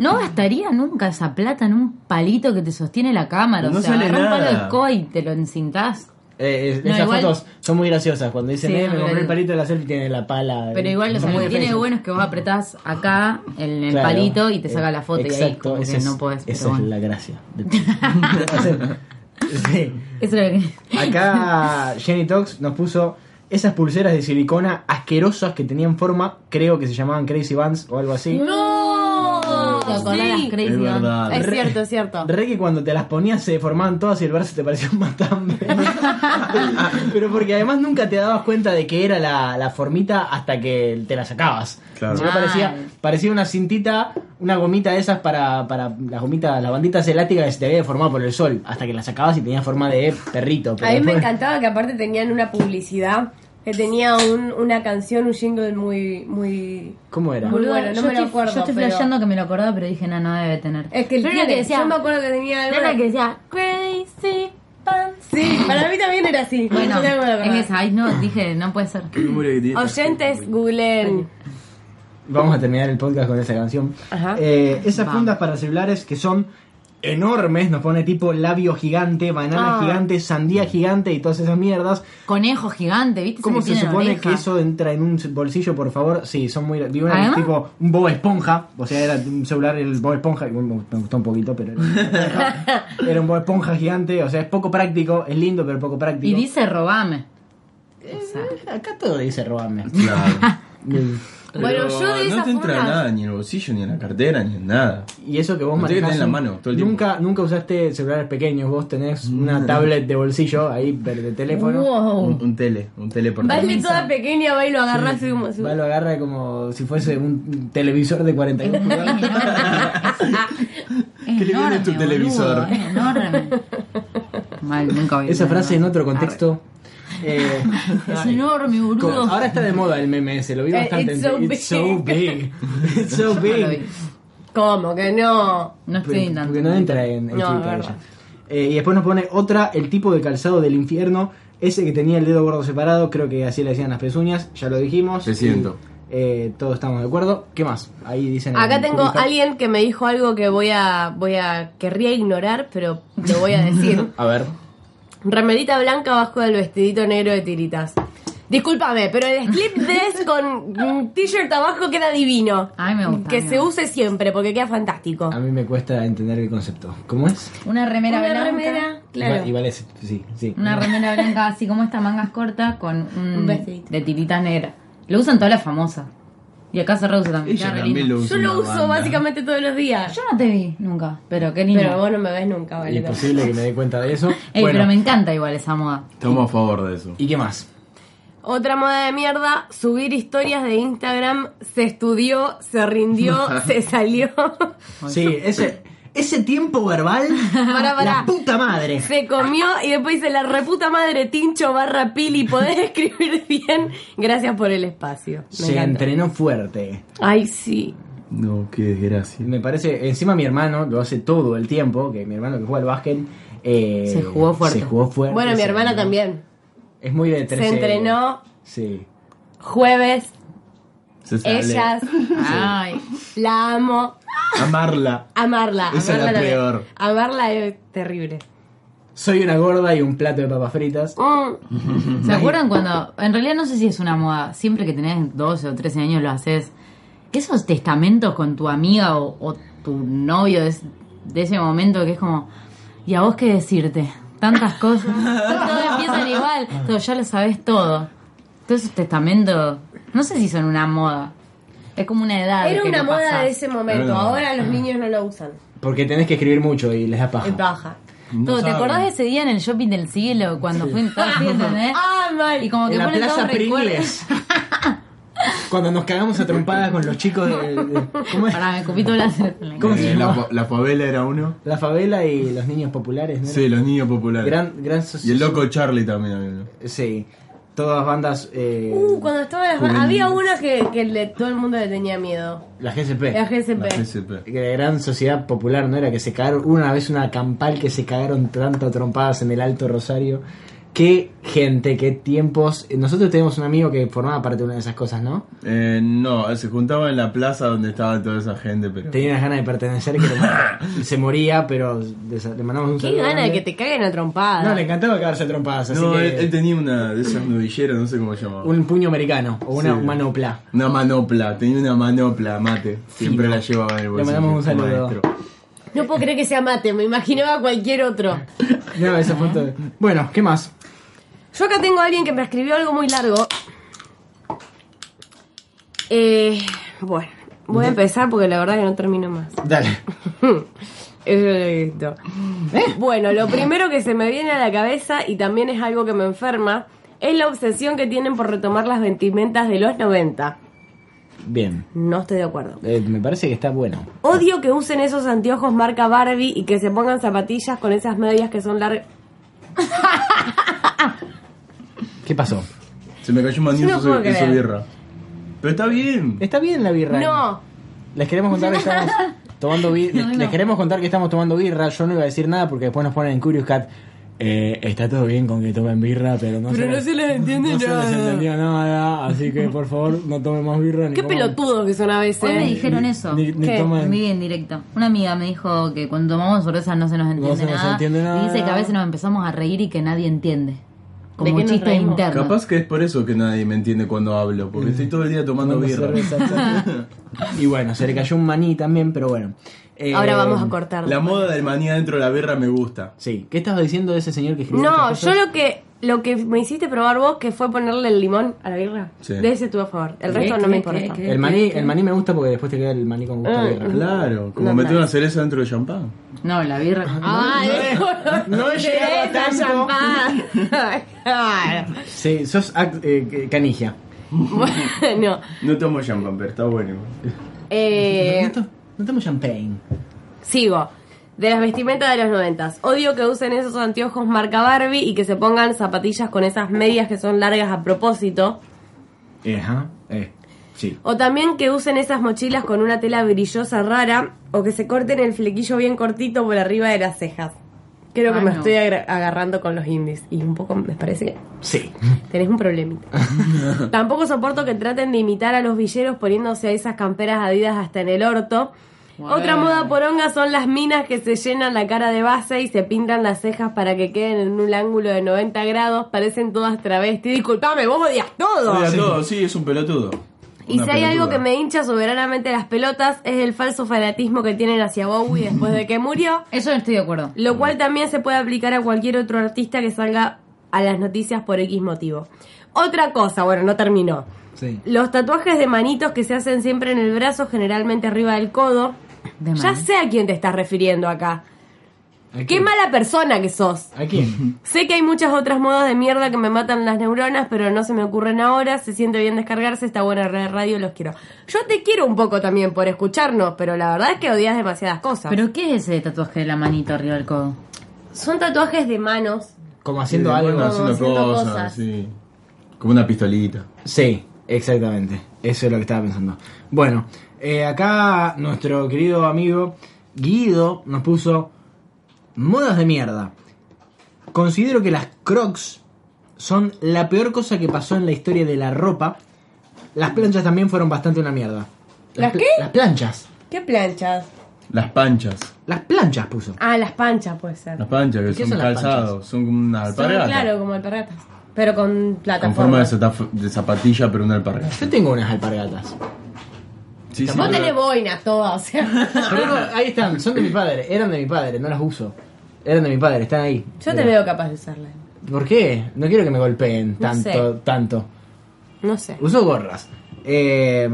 no gastaría nunca esa plata en un palito que te sostiene la cámara. No o sea, sale agarrá un palo nada. de escoba y te lo encintás. Eh, es- No, esas igual- fotos son muy graciosas. Cuando dicen, Sí, eh, me no, compré el pero- palito de la selfie, tiene la pala. Pero eh, igual, o sea, son lo muy que tiene de feas. bueno es que vos apretás acá el, el Claro. palito y te saca la foto y ahí Exacto, como esa que es- no podés. pero Esa es bueno. la gracia. de- Sí. Eso era lo que- Acá Jenny Tox nos puso esas pulseras de silicona asquerosas que tenían forma, creo que se llamaban Crazy Bands o algo así. ¡No! ¿Te acordás Sí. las Crazy Es Ones? verdad. Es cierto, es cierto. Re que cuando te las ponías se deformaban todas y el brazo te parecía un matambre. Pero porque además nunca te dabas cuenta de que era la, la formita hasta que te la sacabas. Claro. Si no, parecía, Mal. parecía una cintita, una gomita de esas para, para las gomitas, las banditas elásticas que se te había deformado por el sol. Hasta que la sacabas y tenía forma de perrito. pero A mí me después- encantaba que aparte tenían una publicidad que tenía un- una canción, un jingle muy, muy ¿Cómo era? Muy Boludo, bueno, no yo me lo estoy, acuerdo, Yo estoy pero- flasheando que me lo acordaba, pero dije, no, no debe tener. Es que el Pero era tiene, que decía, yo me acuerdo que tenía era algo. que decía, Crazy Pants. Sí, para mí también era así. Bueno, Yo también me lo en acordaba. esa, ay, no, dije, no puede ser. Qué memoria que tiene esta Oyentes, gente. googleen. Vamos a terminar el podcast con esa canción. Ajá. Eh, esas Vamos. fundas para celulares que son enormes, nos pone tipo labio gigante, banana Ah. gigante, sandía gigante y todas esas mierdas. Conejo gigante, ¿viste? Ese ¿Cómo que se tiene en supone oreja. que eso entra en un bolsillo, por favor? Sí, son muy... Vi una que es Además- tipo un Bob Esponja, o sea, era un celular el Bob Esponja, que me me gustó un poquito, pero... Era, era un Bob Esponja gigante, o sea, es poco práctico, es lindo, pero poco práctico. Y dice, robame. O sea, Acá todo dice robarme. Claro. Bueno, Pero yo de no esas te entra formas- nada, ni en el bolsillo, ni en la cartera, ni en nada. Y eso que vos Lo tenés que manejás tener en la un- mano todo el tiempo. Mm. nunca, nunca usaste celulares pequeños, vos tenés una tablet de bolsillo ahí per- de teléfono. wow. ¿eh? Un, un tele, un tele por Vale Oh. toda pequeña, va y lo agarras y su- Va, lo agarra como si fuese un televisor de 41 pulgadas. Es ¿Qué le viene enorme, a tu boludo, televisor? es enorme. Mal, nunca voy a Esa entender más. frase en otro contexto. eh, Es enorme, con- boludo. ahora está de moda el meme ese, lo vi Eh, bastante. it's en- so it's so big. It's so No lo vi. big. ¿Cómo que no? No estoy Porque- intentando. Porque no entra en, en No, Twitter es ella. verdad. Eh, y después nos pone otra, el tipo de calzado del infierno, ese que tenía el dedo gordo separado, creo que así le decían las pezuñas, ya lo dijimos. Te siento. Y, eh, todos estamos de acuerdo. ¿Qué más? Ahí dicen... en Acá Eh, el tengo Publicat. alguien que me dijo algo que voy a, voy a, querría ignorar, pero lo voy a decir. A ver. Remerita blanca abajo del vestidito negro de tiritas. Discúlpame, pero el slip dress con un t-shirt abajo queda divino. Ay, me gusta, Que me se gusta. use siempre porque queda fantástico. A mí me cuesta entender el concepto. ¿Cómo es? Una remera Una blanca. remera, claro. Igual, igual es... Sí, sí. Una remera blanca así como esta mangas cortas con un, Un vestidito. de tiritas negras. Lo usan todas las famosas. Y acá se reusa también. Ella queda re también lindo. lo usa. Yo lo una uso banda. básicamente todos los días. Yo pues no te vi nunca, pero qué lindo. Pero vos no me ves nunca, ¿vale? Imposible que me dé cuenta de eso. Ey, bueno, pero me encanta igual esa moda. Estamos a favor de eso. ¿y qué más? Otra moda de mierda, subir historias de Instagram, se estudió, se rindió, se salió, Sí, ese... Ese tiempo verbal... Pará, pará. La puta madre. se comió y después dice la reputa madre tincho barra pili, podés escribir bien, gracias por el espacio. Me Se encanta. entrenó fuerte. Ay, sí. No, qué desgracia. Me parece, encima mi hermano lo hace todo el tiempo, que mi hermano que juega al básquet. eh, Se jugó fuerte. se jugó fuerte, Bueno, mi se- hermana también. Es muy de 13. entrenó. Sí. Jueves, Se sale. ellas, Ay, la amo. Amarla. Amarla, Esa es la amarla también. peor. Amarla es terrible. Soy una gorda y un plato de papas fritas. Mm. ¿se acuerdan cuando.? En realidad no sé si es una moda. Siempre que tenés 12 o 13 años lo haces. esos testamentos con tu amiga o, o tu novio de, es- de ese momento que es como, ¿y a vos qué decirte? Tantas cosas. Todos empiezan igual. Todo, ya lo sabes todo. Todos esos testamentos, no sé si son una moda. Es como una edad. Era que una lo moda pasás. Ah, de ese momento. Era una moda. Ahora los niños no lo usan. Porque tenés que escribir mucho y les da Ah. paja. Y baja. No Todo, ¿Te saben. acordás de ese día en el shopping del siglo cuando fui en todo así, ¿entendés? Ah, mal. Y como que en la ponen plaza todos recuerdos. Pringles. Cuando nos cagamos a trompadas con los chicos de. de- ¿Cómo es? Pará, me cupí todo el ¿Cómo se Eh, la, llamaba? fa- la favela era uno. La favela y los niños populares, ¿no? Sí, los niños populares. Gran, gran so- Y el loco Charlie también había uno. Sí. Todas bandas. eh, Uh, cuando estaban las Juvenil. Había una que, que le- todo el mundo le tenía miedo. la GCP. La GSP. La GCP. Que la gran sociedad popular, ¿no? Era que se cagaron. Una vez una campal que se cagaron tanto a trompadas en el Alto Rosario. Qué gente, qué tiempos. Nosotros tenemos un amigo que formaba parte de una de esas cosas, ¿no? Eh, no, se juntaba en la plaza donde estaba toda esa gente, pero. Tenía unas ganas de pertenecer que lo- se moría, pero desa- le mandamos un Qué saludo gana de grande. que te caguen a trompada. No, le encantaba cagarse a trompadas, así No, que- él, él tenía una de esas nudilleras, no sé cómo se llamaba. un puño americano o una Sí. manopla. Una manopla, tenía una manopla, mate. Siempre la llevaba en el Le bolsillo. mandamos un saludo. maestro. No puedo creer que sea mate, me imaginaba cualquier otro. No, esa foto- Bueno, ¿qué más? Yo acá tengo a alguien que me escribió algo muy largo. Eh, bueno, voy a empezar porque la verdad que no termino más. Dale. Eh, no. Bueno, lo primero que se me viene a la cabeza y también es algo que me enferma es la obsesión que tienen por retomar las ventimentas de los 90. Bien. No estoy de acuerdo. Eh, me parece que está bueno. Odio que usen esos anteojos marca Barbie y que se pongan zapatillas con esas medias que son largas. ¿Qué pasó? Se me cayó un manillo No en puedo su- en su creer. birra. Pero está bien. Está bien la birra. No, Les queremos contar que estamos tomando birra. Les queremos contar que estamos tomando birra. Yo no iba a decir nada porque después nos ponen en Curious Cat. eh, está todo bien con que tomen birra, pero no, pero no se les entiende no se nada. les entendió nada, así que por favor no tomen más birra. ni Qué coman- pelotudos que son a veces. Hoy me dijeron eso. Ni, ni ¿Qué? tomen- Vi en directo. Una amiga me dijo que cuando tomamos cerveza no se nos entiende, No se nos nada. entiende nada. Y dice que a veces nos empezamos a reír y que nadie entiende. ¿De Como qué nos chiste reímos? interno. Capaz que es por eso que nadie me entiende cuando hablo, Mm. porque estoy todo el día tomando tomando birra. cerveza, exacto. y bueno, se le cayó un maní también, pero bueno. Eh, Ahora vamos a cortar. La moda del manía dentro de la birra me gusta. Sí, ¿qué estabas diciendo de ese señor que escribió No, estas yo cosas? lo que lo que me hiciste probar vos que fue ponerle el limón a la birra. Sí. De ese tú a favor. El resto ¿Qué, no me qué, importa. qué, El maní, el maní me gusta porque después te queda el maní con gusto a birra. Claro, como No, meter no. una cereza dentro del champán. No, la birra. Ah, no he llegado esa tanto. champán. Claro. Sí, sos act- eh, canija. bueno, No tomo champán, pero está bueno. eh, No, no tomo champagne. sigo. De las vestimentas de los noventas. Odio que usen esos anteojos marca Barbie y que se pongan zapatillas con esas medias que son largas a propósito. Ajá, eh, sí. O también que usen esas mochilas con una tela brillosa rara o que se corten el flequillo bien cortito por arriba de las cejas. Creo que Ah, me no. estoy agra- agarrando con los indies y un poco me parece que Sí. tenés un problemita. Tampoco soporto que traten de imitar a los villeros poniéndose a esas camperas adidas hasta en el orto. Bueno. Otra moda poronga son las minas que se llenan la cara de base y se pintan las cejas para que queden en un ángulo de 90 grados. Parecen todas travestis. Disculpame, vos odias todo. Odia todo, sí, es un pelotudo. Y Una si hay algo pelotuda. que me hincha soberanamente las pelotas es el falso fanatismo que tienen hacia Bowie después de que murió, Eso no estoy de acuerdo. lo cual también se puede aplicar a cualquier otro artista que salga a las noticias por X motivo. Otra cosa, bueno, no terminó. Sí. Los tatuajes de manitos que se hacen siempre en el brazo, generalmente arriba del codo. De Ya maní. sé a quién te estás refiriendo acá. Qué mala persona que sos. ¿A quién? Sé que hay muchas otras modas de mierda que me matan las neuronas, pero no se me ocurren ahora. Se siente bien descargarse, está buena la radio, los quiero. Yo te quiero un poco también por escucharnos, pero la verdad es que odias demasiadas cosas. ¿Pero qué es ese tatuaje de la manito arriba del codo? son tatuajes de manos. Como Sí, haciendo bueno, algo. haciendo haciendo cosas, cosas. sí. Como una pistolita. Sí, exactamente. Eso es lo que estaba pensando. Bueno, eh, acá nuestro querido amigo Guido nos puso modas de mierda. Considero que las crocs son la peor cosa que pasó en la historia de la ropa. Las planchas también fueron bastante una mierda. ¿Las pla- qué? Las planchas. ¿Qué planchas? Las panchas. Las planchas puso. Ah, las panchas puede ser. Las panchas que ¿Qué son, son las calzados, son como unas Son, alpargatas. claro, como alpargatas. Pero con Con forma plataforma. Ah. de, zata- de zapatilla, pero una alpargata. Yo tengo unas alpargatas. Sí, sí, Vos pero- tenés boinas todas, o sea. Pero no, ahí están, son de mi padre, eran de mi padre, no las uso. Eran de mi padre, están ahí. Yo te Mirá. veo capaz de usarla. ¿Por qué? No quiero que me golpeen tanto, sé. tanto. No sé. Uso gorras. Eh,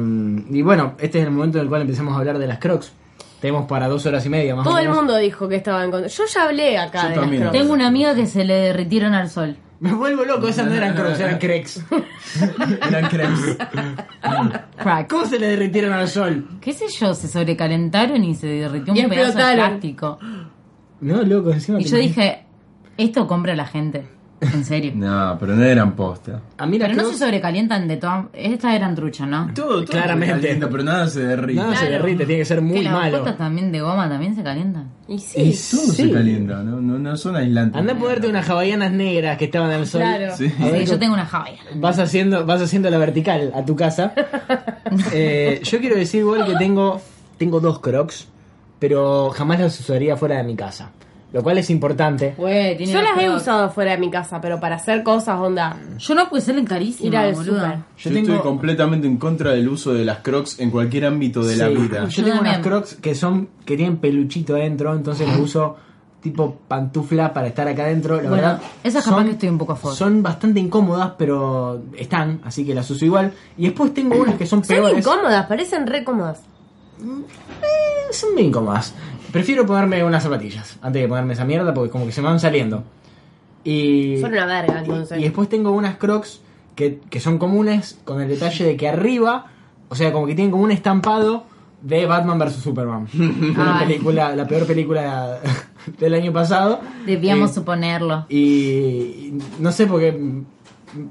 y bueno, este es el momento en el cual empezamos a hablar de las crocs. Tenemos para dos horas y media más o Todo el menos. mundo dijo que estaba en contra. Yo ya hablé acá Yo de también. las crocs. Tengo una amiga que se le derritieron al sol. Me vuelvo loco, esas no eran crocs, eran crecs. Eran crepes. Crack. ¿Cómo se le derritieron al sol? ¿Qué sé yo? Se sobrecalentaron y se derritió un Y pedazo de explotaron. plástico. No, loco, encima. Y te yo imaginas- dije, esto compra la gente. En serio. No, pero no eran posta. A mí las Pero no se crocs- sobrecalientan de todas. Estas eran truchas, ¿no? Todo, todo Claramente. se calienta, pero nada se derrite. Nada se Claro. derrite, tiene que ser muy que las malo. botas también de goma también se calientan. Y Y sí. todo Sí. se calienta, no, no, no son aislantes. Andá a ponerte unas hawaianas negras que estaban al sol. Claro. A Sí. ver, Sí, ¿cómo- yo tengo una jabia. Vas haciendo, vas haciendo la vertical a tu casa. Eh, yo quiero decir igual que tengo, tengo dos crocs, pero jamás las usaría fuera de mi casa. Lo cual es importante. Güey, tiene Yo las he crocs. usado fuera de mi casa, pero para hacer cosas, onda. Yo no puede ser carísimo, Ir al súper. boludo. Yo, Yo tengo- estoy completamente en contra del uso de las crocs en cualquier ámbito de la Sí. vida. Yo Yo tengo unas también. crocs que son, que tienen peluchito adentro, entonces las uso tipo pantufla para estar acá adentro. La Bueno, verdad, esas capaz que estoy un poco a favor. Son bastante incómodas, pero están, así que las uso igual. Y después tengo unas que son Son peores. incómodas, parecen re cómodas. Son bien incómodas. Prefiero ponerme unas zapatillas antes de ponerme esa mierda porque como que se me van saliendo. Y, Son una verga, entonces. y, y después tengo unas crocs que, que son comunes con el detalle de que arriba, o sea, como que tienen como un estampado de Batman vs. Superman. Una Ay. película, la peor película del año pasado. Debíamos Eh, suponerlo. y, y no sé por qué m-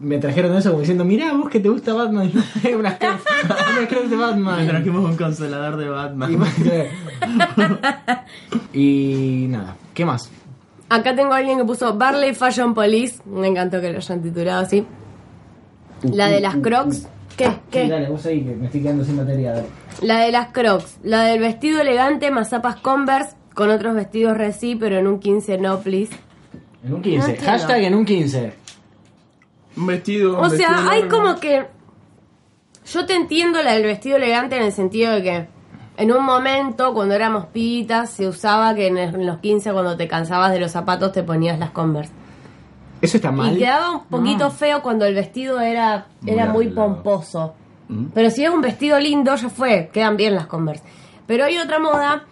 me trajeron eso como diciendo, mirá, vos que te gusta Batman, yo traigo unas crocs, unas crocs de Batman. trajimos un consolador de Y Batman. más que- y nada, ¿qué más? Acá tengo a alguien que puso Barley Fashion Police. Me encantó que lo hayan titulado así. La de las crocs. ¿Qué? ¿Qué? vos ahí que me estoy quedando sin batería. La de las crocs. La del vestido elegante más zapas Converse con otros vestidos re sí, pero en un 15 no, please. En un No 15. entiendo. Hashtag en un 15. Un vestido. un O sea, vestido hay largo. como que... Yo te entiendo la del vestido elegante en el sentido de que en un momento, cuando éramos pitas, se usaba que en el- en los 15, cuando te cansabas de los zapatos, te ponías las Converse. Eso está mal. Y quedaba un poquito No. feo cuando el vestido era, Muy era muy arreglado. pomposo. ¿Mm? Pero si es un vestido lindo, ya fue, quedan bien las Converse. Pero hay otra moda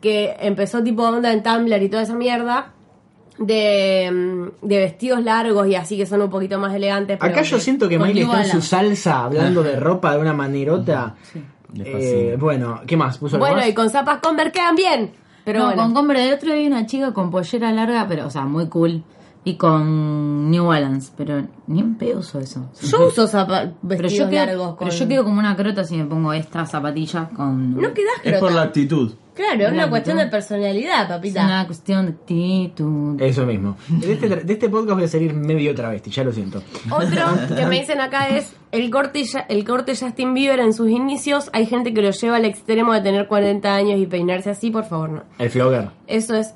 que empezó tipo onda en Tumblr y toda esa mierda. De, mm, de vestidos largos y así que son un poquito más elegantes. pero Acá yo que- siento que con Miley está en Iguala. su salsa hablando de ropa de una manerota. Le Eh, fascina. bueno, ¿qué más? ¿Puso algo Bueno, más? y con zapas Converse quedan bien. Pero no, bueno. con Converse del otro día hay una chica con pollera larga, pero, o sea, muy cool. Y con New Balance, pero ni un pedo uso eso. Yo uso zapa- Pero vestidos yo, largos quedo, con... pero yo quedo como una crota si me pongo estas zapatillas con... No quedás Es por la actitud. Claro, es una Blanco. cuestión de personalidad, es papita. una cuestión de actitud. Eso mismo. De este, de este podcast voy a salir medio travesti, ya lo siento. Otro que me dicen acá es el corte, ya- el corte Justin Bieber en sus inicios. Hay gente que lo lleva al extremo de tener 40 años y peinarse así, por favor, no. El flogger. Eso es.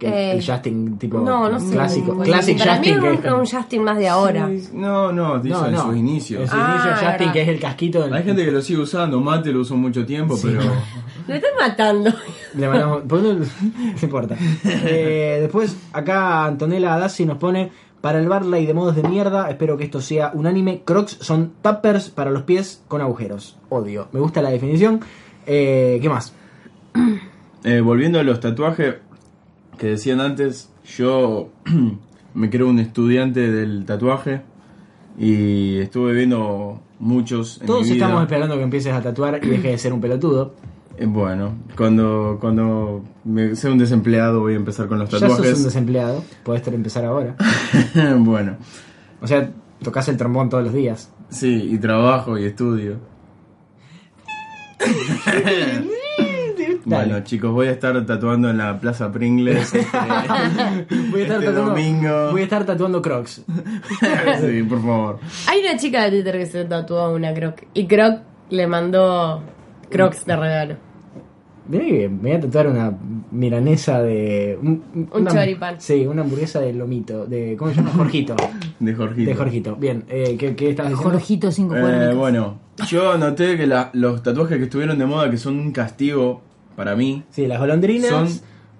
que el- eh, el Justin tipo no, no sé. clásico. Bueno, Classic para Justin. mí que es es un, como- un Justin más de ahora. Sí, No, no, dice en sus En inicios. sus Ah, inicios Justin, verdad. que es el casquito. del- Hay gente que lo sigue usando, Mate lo usó mucho tiempo, pero. Lo estás matando. Le mandamos. ¿por qué no- no importa. Eh, después, acá Antonella Adassi nos pone. Para el Barley de modos de mierda, espero que esto sea unánime. Crocs son tappers para los pies con agujeros. Odio. Me gusta la definición. Eh, ¿Qué más? Eh, volviendo a los tatuajes que decían antes, yo me creo un estudiante del tatuaje y estuve viendo muchos. En Todos mi vida. estamos esperando que empieces a tatuar y dejes de ser un pelotudo. Eh, Bueno, cuando, cuando me sea un desempleado voy a empezar con los Ya sos un tatuajes. desempleado. Podés ter- empezar ahora. bueno, O sea, tocas el trombón todos los días. sí, y trabajo y estudio. Dale. Bueno, chicos, voy a estar tatuando en la Plaza Pringles. este, Voy a estar, este tatuando, domingo. voy a estar tatuando Crocs. sí, por favor. Hay una chica de Twitter que se tatuó una croc. Y Croc le mandó crocs de regalo. Mirá que me voy a tatuar una milanesa de. Un, Un una- choripán. Sí, una hamburguesa de lomito. De, ¿Cómo se llama? Jorgito. De Jorgito. De Jorgito. Bien, eh, ¿qué, ¿qué estabas diciendo? Jorgito cinco Eh, cuernitos. bueno, yo noté que la- los tatuajes que estuvieron de moda, que son un castigo para mí, Sí, las golondrinas. son...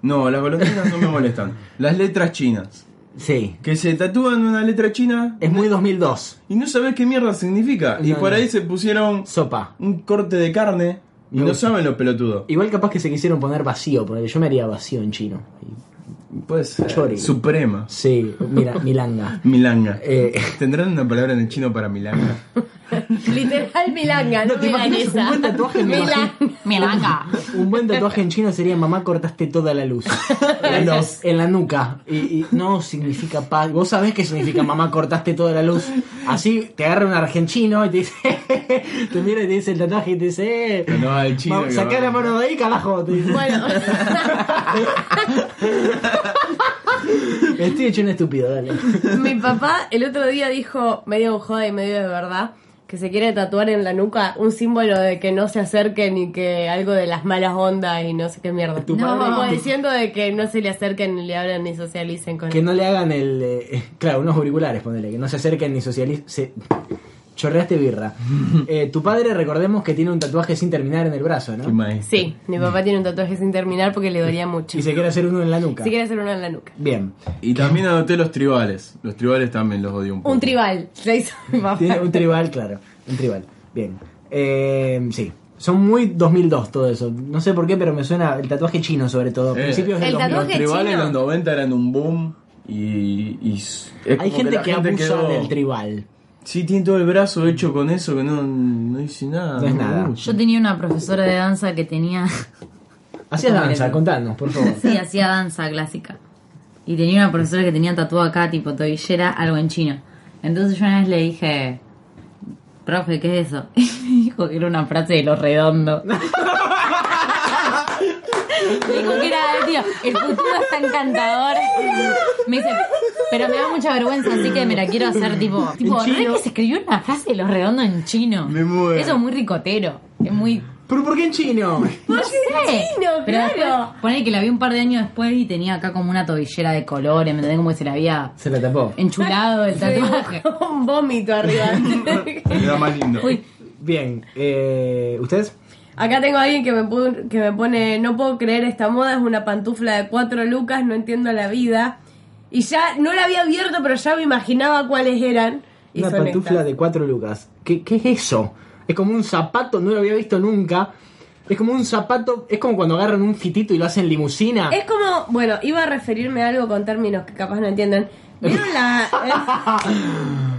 No, las golondrinas no me molestan. Las letras chinas. Sí. Que se tatúan una letra china Es muy 2002. y no sabes qué mierda significa. y No, por no. ahí se pusieron Sopa. un corte de carne y Me no gusta. saben los pelotudos. Igual capaz que se quisieron poner vacío, porque yo me haría vacío en chino. Pues, Chori. suprema. Sí, mira, milanga. Milanga. Eh. ¿Tendrán una palabra en el chino para milanga? Literal milanga, no, ¿te imaginas un milanesa. buen tatuaje en Milan- Milanga. Un buen tatuaje en chino sería mamá cortaste toda la luz. En, en la nuca. Y, y no significa paz. Vos sabés qué significa mamá cortaste toda la luz. Así te agarra un argentino y te dice, te mira y te dice el tatuaje y te dice, eh, Que no va al chino, ma- que sacá va. la mano de ahí, carajo. Te dice. Bueno, Estoy hecho un estúpido, dale. mi papá el otro día dijo, medio en joda y medio de verdad, que se quiere tatuar en la nuca un símbolo de que no se acerquen y que algo de las malas ondas y no sé qué mierda. Tu no, madre- como diciendo de que no se le acerquen ni le hablen ni socialicen con Que él. no le hagan el. eh, claro, unos auriculares, ponele. Que no se acerquen ni socialicen. Se... Chorreaste birra. Eh, tu padre, recordemos que tiene un tatuaje sin terminar en el brazo, Qué ¿no? maestro. Sí, mi papá tiene un tatuaje sin terminar porque le dolía mucho. Y se quiere hacer uno en la nuca. Si quiere hacer uno en la nuca. Bien. Y también anoté los tribales. Los tribales también los odio un poco. Un tribal, se hizo mi papá. Tiene un tribal, claro. Un tribal. Bien. Eh, sí. Son muy 2002 todo eso. No sé por qué, pero me suena el tatuaje chino sobre todo. Eh, Principios del el 2000. Los tatuaje tribales en chino. los 90 eran un boom y, y es como Hay gente la que, abusa quedó- del tribal. Sí, tiene todo el brazo hecho con eso que no, no dice nada. No es nada. gusta. Yo tenía una profesora de danza que tenía. Hacías danza, contanos, por favor. Sí, hacía danza clásica. Y tenía una profesora que tenía tatuado acá, tipo tobillera, algo en chino. Entonces yo una vez le dije, profe, ¿qué es eso? Y me dijo que era una frase de los redondos. Me dijo que era, tío, el futuro es tan encantador. Me dice, pero me da mucha vergüenza, así que me la quiero hacer tipo. Tipo, ¿no es que se escribió una frase de los redondos en chino? Me muero. Eso es muy ricotero. Es muy ¿Pero por qué en chino? no sé. chino, pero Pues claro. después, ponele que la vi un par de años después y tenía acá como una tobillera de colores, ¿me entendés? Como que se la había Se la tapó. enchulado el Se tatuaje. dibujó un vómito arriba. Le da más lindo. Uy, Bien. Eh, ¿Ustedes? Acá tengo a alguien que me, pu- que me pone, no puedo creer esta moda, es una pantufla de cuatro lucas, no entiendo la vida. Y ya no la había abierto, pero ya me imaginaba cuáles eran. Y Una son pantufla estas. de cuatro lucas. ¿Qué, qué es eso? Es como un zapato, no lo había visto nunca. Es como un zapato, es como cuando agarran un fitito y lo hacen limusina. Es como, bueno, iba a referirme a algo con términos que capaz no entienden. ¿Vieron la,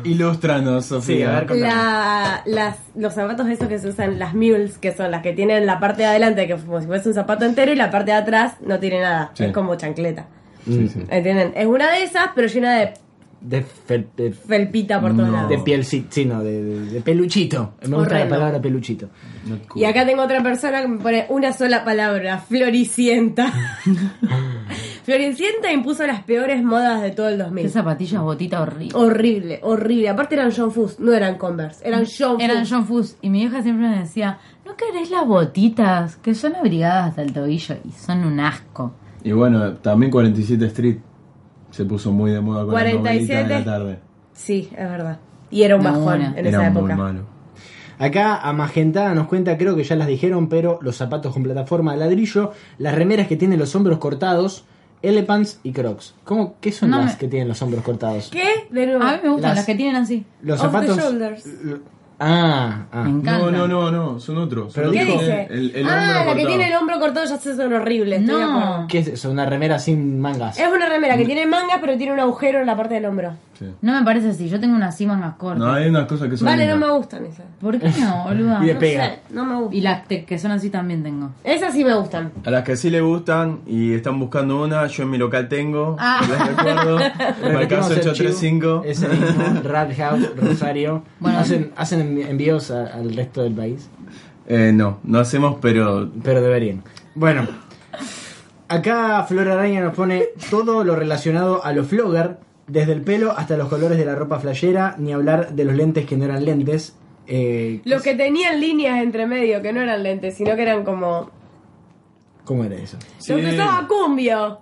Ilustranos, Sofía. Sí, a ver, eh, la- las, los zapatos esos que se usan, las mules, que son las que tienen la parte de adelante, que es como si fuese un zapato entero, y la parte de atrás no tiene nada. Sí. Es como chancleta. Sí, sí. ¿Entienden? Es una de esas, pero llena de De, fel- de- felpita por todos No. lados. de piel, sí, sí, no, de, de- de peluchito. Me gusta la Horrendo. palabra peluchito. Not cool. Y acá tengo otra persona que me pone una sola palabra, floricienta. floricienta impuso las peores modas de todo el qué 2000. zapatillas botita horrible. Horrible, horrible. Aparte eran John Fuss, no eran Converse, eran John Eran Fuss. John Fuss y mi vieja siempre me decía, ¿no querés las botitas que son abrigadas hasta el tobillo y son un asco? Y bueno, también 47 Street se puso muy de moda con 47. 47. de la tarde. Sí, es verdad. Y era un No, bajón bueno. en Era esa muy época. malo. Acá a Magentada nos cuenta, creo que ya las dijeron, pero los zapatos con plataforma de ladrillo, las remeras que tienen los hombros cortados, elephants y crocs. ¿Cómo, ¿Qué son No las me- que tienen los hombros cortados? ¿Qué? De nuevo. A mí me gustan Las- las que tienen así. Los Off the zapatos... shoulders. l- Ah, ah. Me encanta. No, no, no, no, son otros. Pero Son ¿Qué dijo- otros. dice? El, el hombro ah, la que cortado. tiene el hombro cortado ya se son horribles. estoy de acuerdo. No, ¿Qué es eso? ¿Una remera sin mangas? Es una remera Mm. que tiene mangas, pero tiene un agujero en la parte del hombro. Sí. no me parece así. Yo tengo unas cimas más No, cortas. hay unas cosas que son. Vale, no lindas. me gustan esas. ¿Por qué no, boluda? Y de No pega. sé. No me Y gustan. las te- que son así también tengo. Esas sí me gustan. A las que sí le gustan y están buscando una, yo en mi local tengo. Ah. Les recuerdo. Repetimos Marcas el 835. chivo, Ese mismo, Rat House, Rosario. Bueno. hacen, hacen envi- envíos a- al resto del país, Eh, no, no hacemos, pero. pero deberían. Bueno, acá Flor Araña nos pone todo lo relacionado a los flogger, desde el pelo hasta los colores de la ropa flayera, ni hablar de los lentes que no eran lentes. eh, Los que tenían líneas entre medio, que no eran lentes, sino que eran como ¿Cómo era eso? Sí. Lo que usaba cumbio.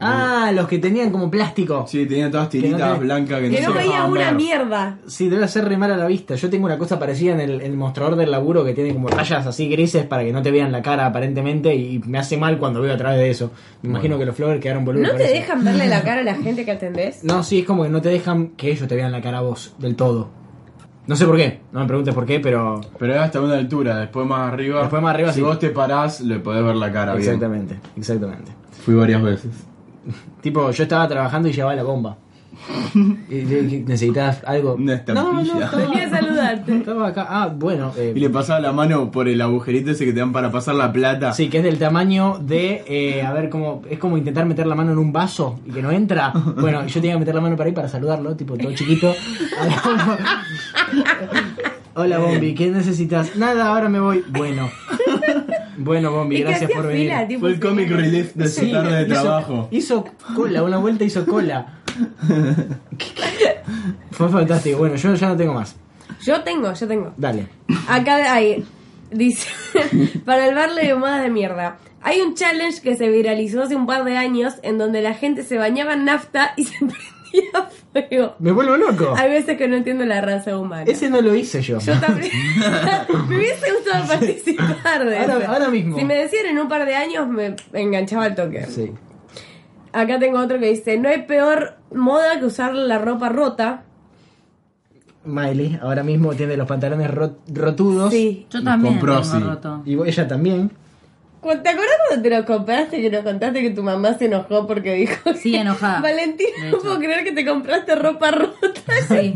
Ah, los que tenían como plástico. Sí, tenía todas tiritas Que no te- blancas que, Que no no se veía dejaban una ver. mierda. Sí, debe ser re mal a la vista. Yo tengo una cosa parecida en el, el mostrador del laburo que tiene como rayas así grises para que no te vean la cara aparentemente y me hace mal cuando veo a través de eso. Me imagino que los flowers quedaron boludos. ¿No por te eso. dejan verle la cara a la gente que atendés? No, sí, es como que no te dejan que ellos te vean la cara a vos del todo. No sé por qué, no me preguntes por qué, pero... Pero era hasta una altura, después más arriba. Después más arriba, Si sí. vos te parás, le podés ver la cara bien. Exactamente, exactamente. Fui varias veces. Tipo, yo estaba trabajando y llevaba la bomba. Y yo dije, ¿Necesitas algo? Una no, estampilla. no, estaba, Quería saludarte. estaba acá. Ah, bueno. eh, Y le pasaba la mano por el agujerito ese que te dan para pasar la plata. Sí, que es del tamaño de, eh, a ver, como, es como intentar meter la mano en un vaso y que no entra. Bueno, yo tenía que meter la mano para ahí para saludarlo, tipo todo chiquito. A la bomba. Hola, Bombi, ¿qué necesitas? Nada, ahora me voy. Bueno. Bueno, Bombi, Y que gracias hacía por venir. fila, tipo, Fue el comic relief de su Sí, tarde de hizo- trabajo. Hizo cola, una vuelta hizo cola. Fue fantástico. Bueno, yo ya no tengo más. Yo tengo, yo tengo. Dale. Acá hay, dice, para el bar de moda de mierda. Hay un challenge que se viralizó hace un par de años en donde la gente se bañaba en nafta y se prendía fuego. Me vuelvo loco. Hay veces que no entiendo la raza humana. Ese no lo hice yo. Yo también. me hubiese gustado participar de Ahora- eso. ahora mismo. Si me decían en un par de años, me enganchaba al toque. Sí. Acá tengo otro que dice: No hay peor moda que usar la ropa rota. Miley ahora mismo tiene los pantalones rot- rotudos. Sí. Yo Y también compró, tengo sí. roto. Y ella también. ¿Cu- ¿Te acuerdas cuando te lo compraste que nos contaste que tu mamá se enojó porque dijo Sí, que- enojada. Valentín, De no hecho. puedo creer que te compraste ropa rota. Sí,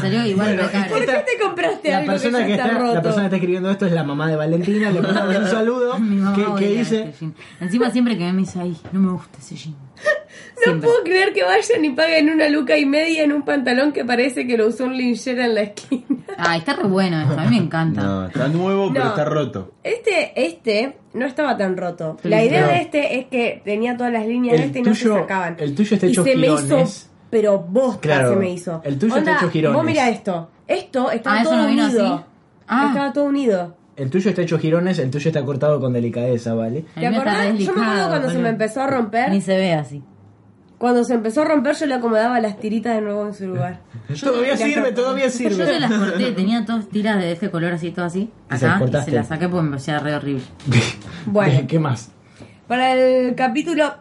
salió igual de caro. ¿Por qué te compraste La algo persona que que, ya está, está, roto? la persona que está escribiendo esto es la mamá de Valentina. Le mandamos un Ah, saludo. Mi mamá que, que odia dice. este jean. Encima siempre que me dice, ay, no me gusta ese jean. No puedo creer que vayan y paguen una luca y media en un pantalón que parece que lo usó un linchera en la esquina. Ah, está re bueno esto, a mí me encanta. No, está nuevo, pero No. está roto. Este, este no estaba tan roto. La idea No. de este es que tenía todas las líneas de El este y no tuyo- se sacaban. el tuyo está Y hecho se me hizo, jirones. pero bosta Claro, se me hizo. el tuyo está hecho jirones. Vos mira esto. Esto está Ah, ¿eso todo no vino unido. así? Ah. Estaba todo unido. El tuyo está hecho girones, el tuyo está cortado con delicadeza, ¿vale? El ¿Te mío está acordás? Yo me acuerdo deslijado, cuando se boludo. me empezó a Ni romper. se ve así. Cuando se empezó a romper, yo le acomodaba las tiritas de nuevo en su lugar. todavía la- sirve, todavía Yo se sirve. las corté, tenía dos tiras de este color así, todo así, Y se acá, las y cortaste. se las saqué porque me parecía re horrible. Bueno, ¿Qué más? para el capítulo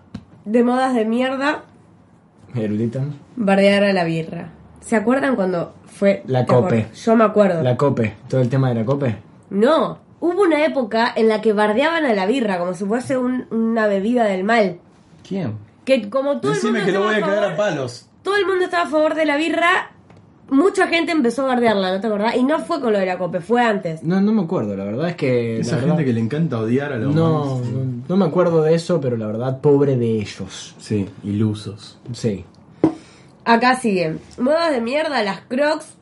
de modas de mierda, Erudita. bardear a la birra. ¿Se acuerdan cuando fue La ¿te acuerdas? cope. Yo me acuerdo. La cope. Todo el tema de la cope. No, hubo una época en la que bardeaban a la birra como si fuese un- una bebida del mal. ¿Quién? Que como todo el Decime mundo que lo estaba voy a cagar favor- a palos. todo el mundo estaba a favor de la birra, mucha gente empezó a bardearla, ¿no te acordás? Y no fue con lo de la cope, fue antes. No, no me acuerdo, la verdad es que. Eh, la Esa gente verdad- que le encanta odiar a los no, humanos. no, no me acuerdo de eso, pero la verdad, pobre de ellos. Sí, ilusos. Sí. Acá siguen. Modas de mierda, las crocs.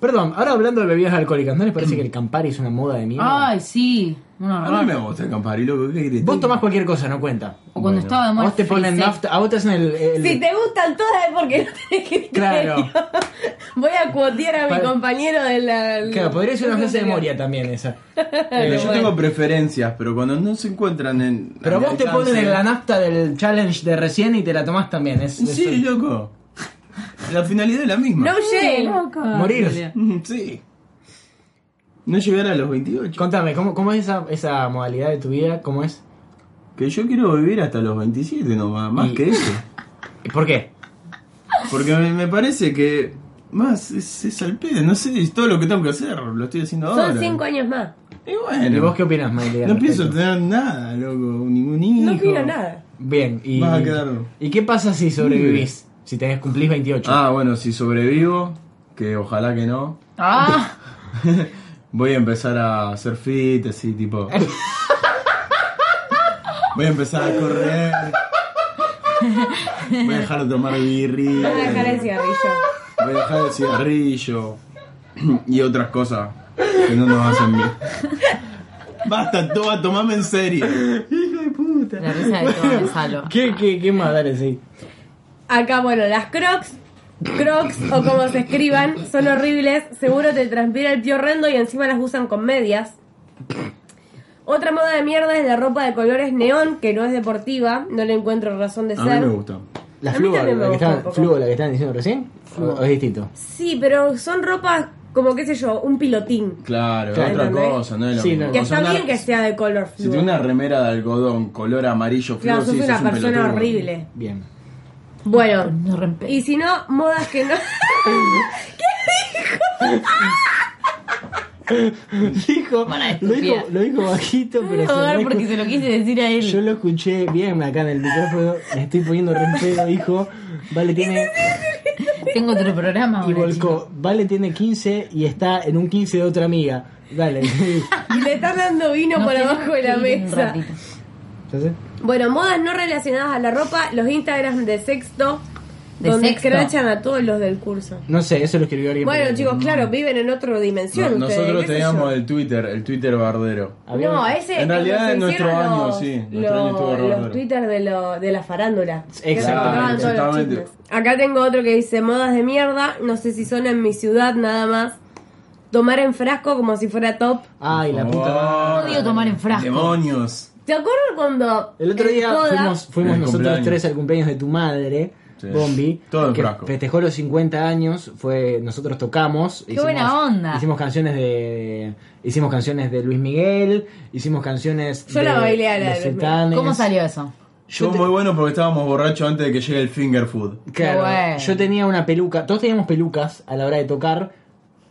Perdón, ahora hablando de bebidas alcohólicas, ¿no les parece que el Campari es una moda de mierda? Ay, sí, un A mí me horror. gusta el Campari, loco. ¿Qué querés? Vos tomás cualquier cosa, no cuenta. O cuando estaba de A moda. vos te el ponen freezer. nafta, a vos te hacen el... el- Si te gustan todas es porque no tenés criterio. Claro. Voy a cuotear a mi Para- compañero de la... Claro, podría ser una frase de Moria también esa. Eh, Pero yo bueno. tengo preferencias, pero cuando no se encuentran en. Pero en vos te alcance- ponen en la nafta del challenge de recién y te la tomás también. Es, es- Sí, loco. La finalidad es la misma. No shame. Morir. Sí. No llegar a los 28. Contame, ¿cómo, cómo es esa, esa modalidad de tu vida? ¿Cómo es? Que yo quiero vivir hasta los 27 nomás, más Y- que eso. ¿Y ¿Por qué? Porque me, me parece que. Más, es, es al pedo, no sé, es todo lo que tengo que hacer, lo estoy haciendo ahora. Son cinco años más. Y bueno. ¿Y vos qué opinas, Maile? No pienso tener nada, loco, ningún hijo. No opino nada. Bien, y, Vas a quedar- ¿y qué pasa si sobrevivís? Si tenés, cumplís 28. Ah, bueno, si sobrevivo, que ojalá que no, Ah, voy a empezar a hacer fit, así tipo. Voy a empezar a correr. Voy a dejar de tomar birria. Vas a dejar el cigarrillo. Voy a dejar el cigarrillo. Y otras cosas que no nos hacen bien. Basta, Toba, tomame en serio. la risa de todo Gonzalo. ¿Qué, qué, ¿Qué más? Dale, sí. Acá, bueno, las crocs. Crocs, o como se escriban, son horribles. Seguro te transpira el tío Rendo y encima las usan con medias. Otra moda de mierda es la ropa de colores neón, que no es deportiva, no le encuentro razón de A ser. mí me gusta. La A mí flúor, también me la que, gusta está- un poco. flúor, la que estaban diciendo recién, o, o es distinto. Sí, pero son ropas como, qué sé yo, un pilotín. Claro, es Claro, otra ¿entendés? cosa, no es lo Sí, mismo. no. Que O sea, está una- bien que sea de color Si tiene fluo. una remera de algodón, color amarillo, Claro, fluo, sos sí, una sos un persona pelotudo. horrible. Bien. Bueno, No rompe. y si no, modas que no... Dijo, lo dijo, estúpida. lo dijo bajito, No pero voy a ahogar re porque escu- se lo quise decir a él. yo lo escuché bien acá en el micrófono, me estoy poniendo re en pedo, dijo, vale tiene Tengo otro programa. y ahora, chicos. volcó, vale tiene 15 y está en un 15 de otra amiga. Dale. ¿Ya Y le estás dando vino Nos por tenemos abajo de que la ir un mesa. ratito. sé? Bueno, modas no relacionadas a la ropa, los Instagram de sexto, ¿De donde sexto? escrachan a todos los del curso. No sé, eso lo escribió alguien. Bueno, pero- chicos, claro, viven en otra dimensión. No- ustedes, nosotros qué sé teníamos yo. el Twitter, el Twitter bardero. Había- No, eh. ese En realidad es cuando se nuestro hicieron año, los- sí, nuestro año estuvo los- bárbaro. Los Twitter de, lo- de la farándula. que Exactamente, recordaban todos los exactamente. chismes. Acá tengo otro que dice modas de mierda. No sé si son en mi ciudad nada más. Tomar en frasco como si fuera top. Ay, la puta madre. Oh, Odio tomar en frasco. ¡Demonios! ¿Te acuerdas cuando El otro en día joda- fuimos, fuimos El nosotros cumpleaños. tres al cumpleaños de tu madre, Sí. Bombi, Todo en que frasco. festejó los 50 años, fue nosotros tocamos, ¡Qué buena onda! Hicimos canciones de hicimos canciones de Luis Miguel, hicimos canciones Yo de, la bailé a la de Luis Miguel. Cetanes. ¿Cómo salió eso? Yo muy bueno porque estábamos borrachos antes de que llegue el finger food. Claro, Qué bueno. yo tenía una peluca, todos teníamos pelucas a la hora de tocar,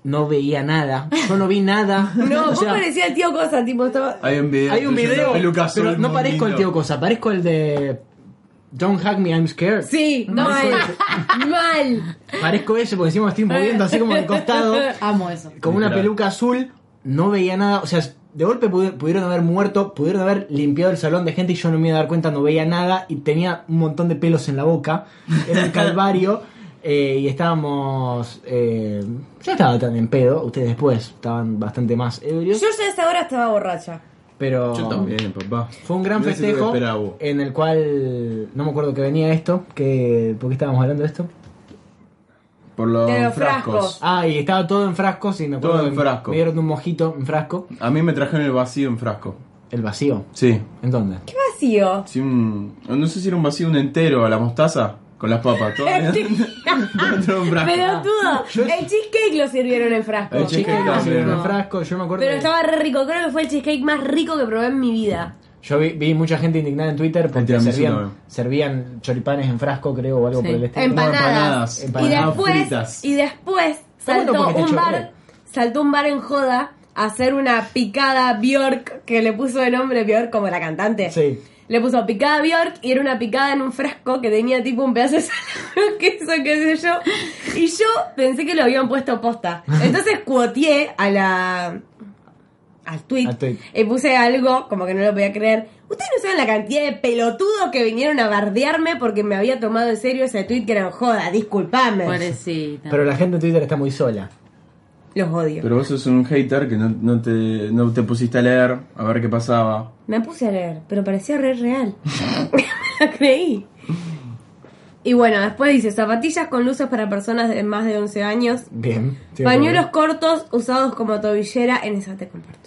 no veía nada, yo no vi nada. No, O vos sea, parecías el tío Cosa, tipo, estaba... Hay un video. hay un tuyo, video, una peluca azul pero no muy parezco el lindo. tío cosa, parezco el de Don't Hack Me I'm Scared. Sí, mal, mal. Parezco ese porque encima me estoy moviendo así como de costado, Amo eso. con una Literal. peluca azul, no veía nada, o sea, de golpe pudi- pudieron haber muerto, pudieron haber limpiado el salón de gente y yo no me iba a dar cuenta, no veía nada y tenía un montón de pelos en la boca, era el calvario eh, y estábamos... eh, yo estaba tan en pedo, ustedes después estaban bastante más Yo ebrios, ya a esa hora estaba borracha. pero... Yo también, papá. Fue un gran Mirá si tuve que festejo esperar a vos. en el cual no me acuerdo que venía esto, que, ¿por qué estábamos hablando de esto? Por los, De los frascos. frascos. Ah, y estaba todo en frascos y me acuerdo Todo en que me- frasco. me dieron un mojito en frasco. A mí me trajeron el vacío en frasco. El vacío. Sí. ¿En dónde? Vacío. Sí, un- no sé si era un vacío, un entero a la mostaza con las papas. Todo todo en frasco. Ah. Pelotudo, el cheesecake lo sirvieron en frasco. El cheesecake Ah, lo sí, también. en frasco, yo me acuerdo. Pero que- estaba re rico, creo que fue el cheesecake más rico que probé en mi vida. Yo vi, vi mucha gente indignada en Twitter porque tiramisú servían, también. servían choripanes en frasco, creo, o algo Sí. por el estilo. Empa- Este, Empanadas. empanadas. y Empanadas después, fritas. y después Está bueno saltó porque te un bar, chorrea. saltó un bar en joda a hacer una picada Bjork que le puso de nombre Bjork como la cantante. Sí. Le puso picada Bjork y era una picada en un frasco que tenía tipo un pedazo de salame, queso, qué sé yo. Y yo pensé que lo habían puesto posta. Entonces cuoteé a la. al tweet. Al tweet. Y puse algo como que no lo podía creer. Ustedes no saben la cantidad de pelotudos que vinieron a bardearme porque me había tomado en serio ese tweet que era un joda. Disculpame. Pobrecita. Pero la gente en Twitter está muy sola. Los odio. Pero vos sos un hater que no, no te, no te pusiste a leer a ver qué pasaba. Me puse a leer, pero parecía re real. Me la creí. Y bueno, después dice zapatillas con luces para personas de más de 11 años. Bien. Tiene Pañuelos que cortos usados como tobillera, en esa te comparto.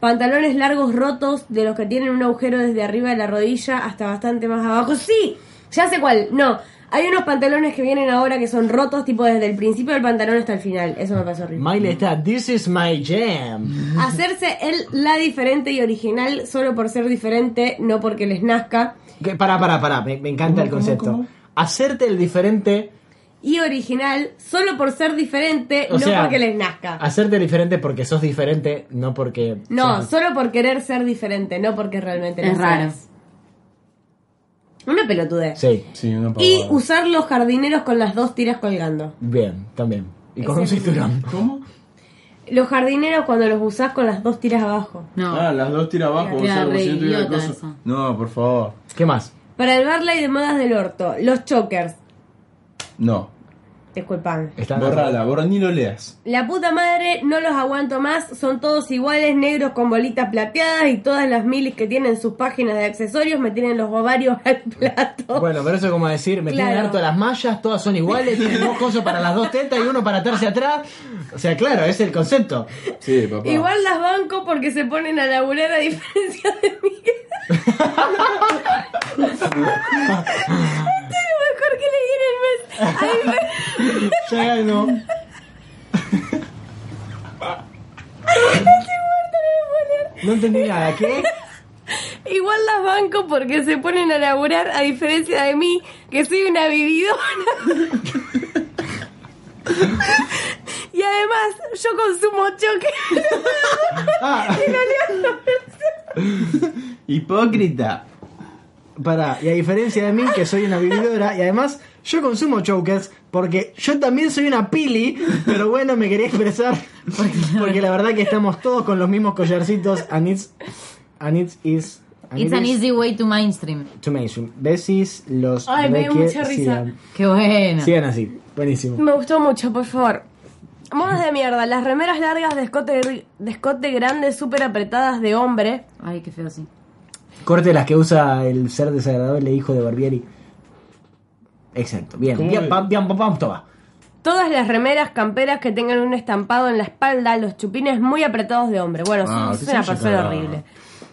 Pantalones largos rotos de los que tienen un agujero desde arriba de la rodilla hasta bastante más abajo. Sí, ya sé cuál. No, hay unos pantalones que vienen ahora que son rotos tipo desde el principio del pantalón hasta el final. Eso me pasó ver. horrible. Miley está, this is my jam. Hacerse el la diferente y original solo por ser diferente, no porque les nazca. Que- Pará, pará, pará, me, me encanta el concepto. Hacerte el diferente, Y original solo por ser diferente, O no sea, ah, porque les nazca. hacerte el diferente porque sos diferente, no porque... No, seas- solo por querer ser diferente, no porque realmente lo Es raro. seas. Una pelotudez. Sí, Sí, una Y pavada. usar los jardineros con las dos tiras colgando. bien, también. Y con un Ese- cinturón. ¿Cómo? Los jardineros cuando los usás con las dos tiras abajo. No. Ah, las dos tira Era abajo. o sea, como si re no tuviera idiota coso. eso. No, por favor. ¿Qué más? Para el Barley de modas del orto, los chokers. No. Disculpame. Está- Borrala, borra, ni lo leas. La puta madre, no los aguanto más, son todos iguales, negros con bolitas plateadas y todas las milis que tienen sus páginas de accesorios me tienen los ovarios al plato. Bueno, pero eso es como decir, me Oh. Claro. tienen harto las mallas, todas son iguales, tienen dos cosas para las dos tetas y uno para atarse atrás. O sea, claro, ese es el concepto. Sí, papá. Igual las banco porque se ponen a laburar a diferencia de mí. Esto es lo mejor que leí en el mes. Ay, me- Ya no. No entendí nada, ¿qué? Igual las banco porque se ponen a laburar a diferencia de mí, que soy una vividora. y además, yo consumo choque. Ah, Hipócrita. pará, y a diferencia de mí, que soy una vividora, y además yo consumo chokers porque yo también soy una pili, pero bueno, me quería expresar porque, porque la verdad que estamos todos con los mismos collarcitos. And it's. And it's is. and It's it an is- easy way to mainstream. To mention. Besis los. Ay, me dio mucha risa. requisitan. Qué bueno. Sigan así, buenísimo. Me gustó mucho, por favor. Modas de mierda, las remeras largas de escote, de escote grande, súper apretadas de hombre. Ay, qué feo, sí. Corte las que usa el ser desagradable hijo de Barbieri. Exacto, bien. ¿Cómo Bien, es? pam, bien, pam, pam, toma. Todas las remeras camperas que tengan un estampado en la espalda, los chupines muy apretados de hombre. Bueno, Ah, sos qué una sé yo, persona cagada. horrible.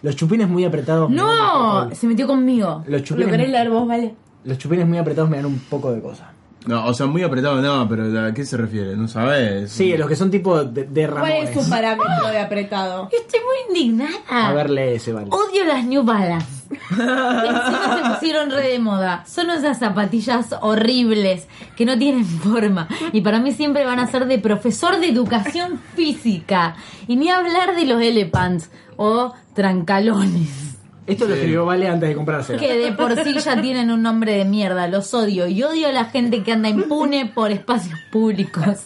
Los chupines muy apretados. me dan un ¡No! poco Se metió conmigo. de- Los Lo querés chupines, leer vos, vale. los chupines muy apretados me dan un poco de cosa. No, o sea, muy apretado no, pero ¿a qué se refiere? No sabes. Sí, los que son tipo de, de Ramones. parámetro de apretado? Estoy muy indignada. A ver, lee ese, Oh. vale. Odio las New Balance. Encima se pusieron re de moda. Son esas zapatillas horribles que no tienen forma. Y para mí siempre van a ser de profesor de educación física. Y ni hablar de los elephants o trancalones. Esto lo escribió Vale antes de comprarse. Que de por sí ya tienen un nombre de mierda. Los odio. Y odio a la gente que anda impune por espacios públicos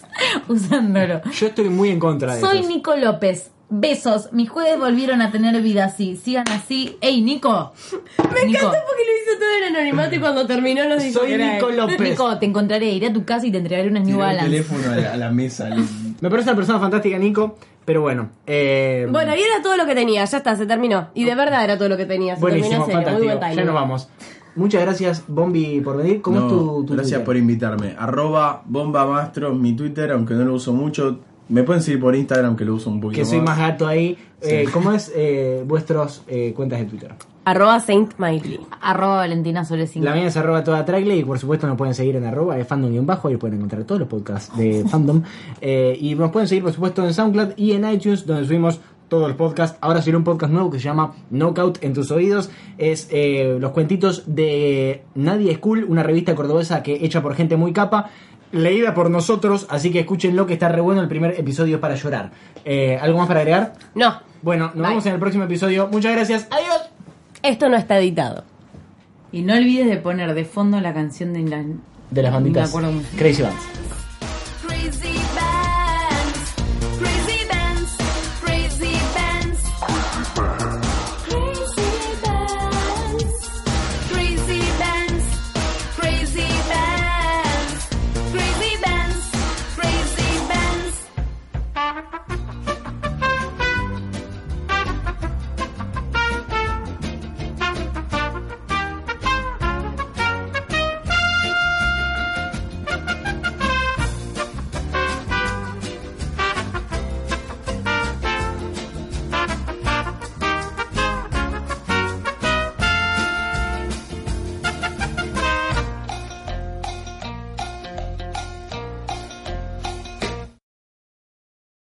usándolo. Yo estoy muy en contra de Soy esos. Nico López. Besos. Mis jueves volvieron a tener vida así. Sigan así. ¡Ey, Nico! Me Nico. encanta porque lo hizo todo en anonimato y cuando terminó nos dijo que Soy era Nico él. López. Nico, te encontraré. Iré a tu casa y te entregaré unas New Tiró el Balance. teléfono a la, a la mesa. le- Me parece una persona fantástica, Nico. Pero bueno. Eh, Bueno, y era todo lo que tenía, ya está, se terminó. Y de verdad era todo lo que tenía, se Buenísimo, terminó en serio, muy fantástico. buen Ya timing. nos vamos. Muchas gracias, Bombi, por venir. ¿Cómo No, es tu, tu gracias Twitter? por invitarme. Arroba bomba Mastro, mi Twitter, aunque no lo uso mucho. Me pueden seguir por Instagram, que lo uso un poquito Que soy más más. gato ahí. Eh, Sí. ¿Cómo es eh, vuestros eh, cuentas de Twitter? Arroba Saint Miley. Arroba Valentina Soles La mía es arroba toda traigle y por supuesto nos pueden seguir en arroba de fandom y bajo. Ahí pueden encontrar todos los podcasts de fandom. Eh, y nos pueden seguir por supuesto en SoundCloud y en iTunes donde subimos todos los podcasts. Ahora sirve un podcast nuevo que se llama Knockout en tus oídos. Es eh, los cuentitos de Nadie es Cool, una revista cordobesa que hecha por gente muy capa. Leída por nosotros, así que escúchenlo que está re bueno el primer episodio es para llorar. Eh, ¿Algo más para agregar? No, Bueno, nos Bye. vemos en el próximo episodio. Muchas gracias. Adiós. esto no está editado. Y no olvides de poner de fondo la canción de De las banditas. Me acuerdo mucho. Crazy Bands.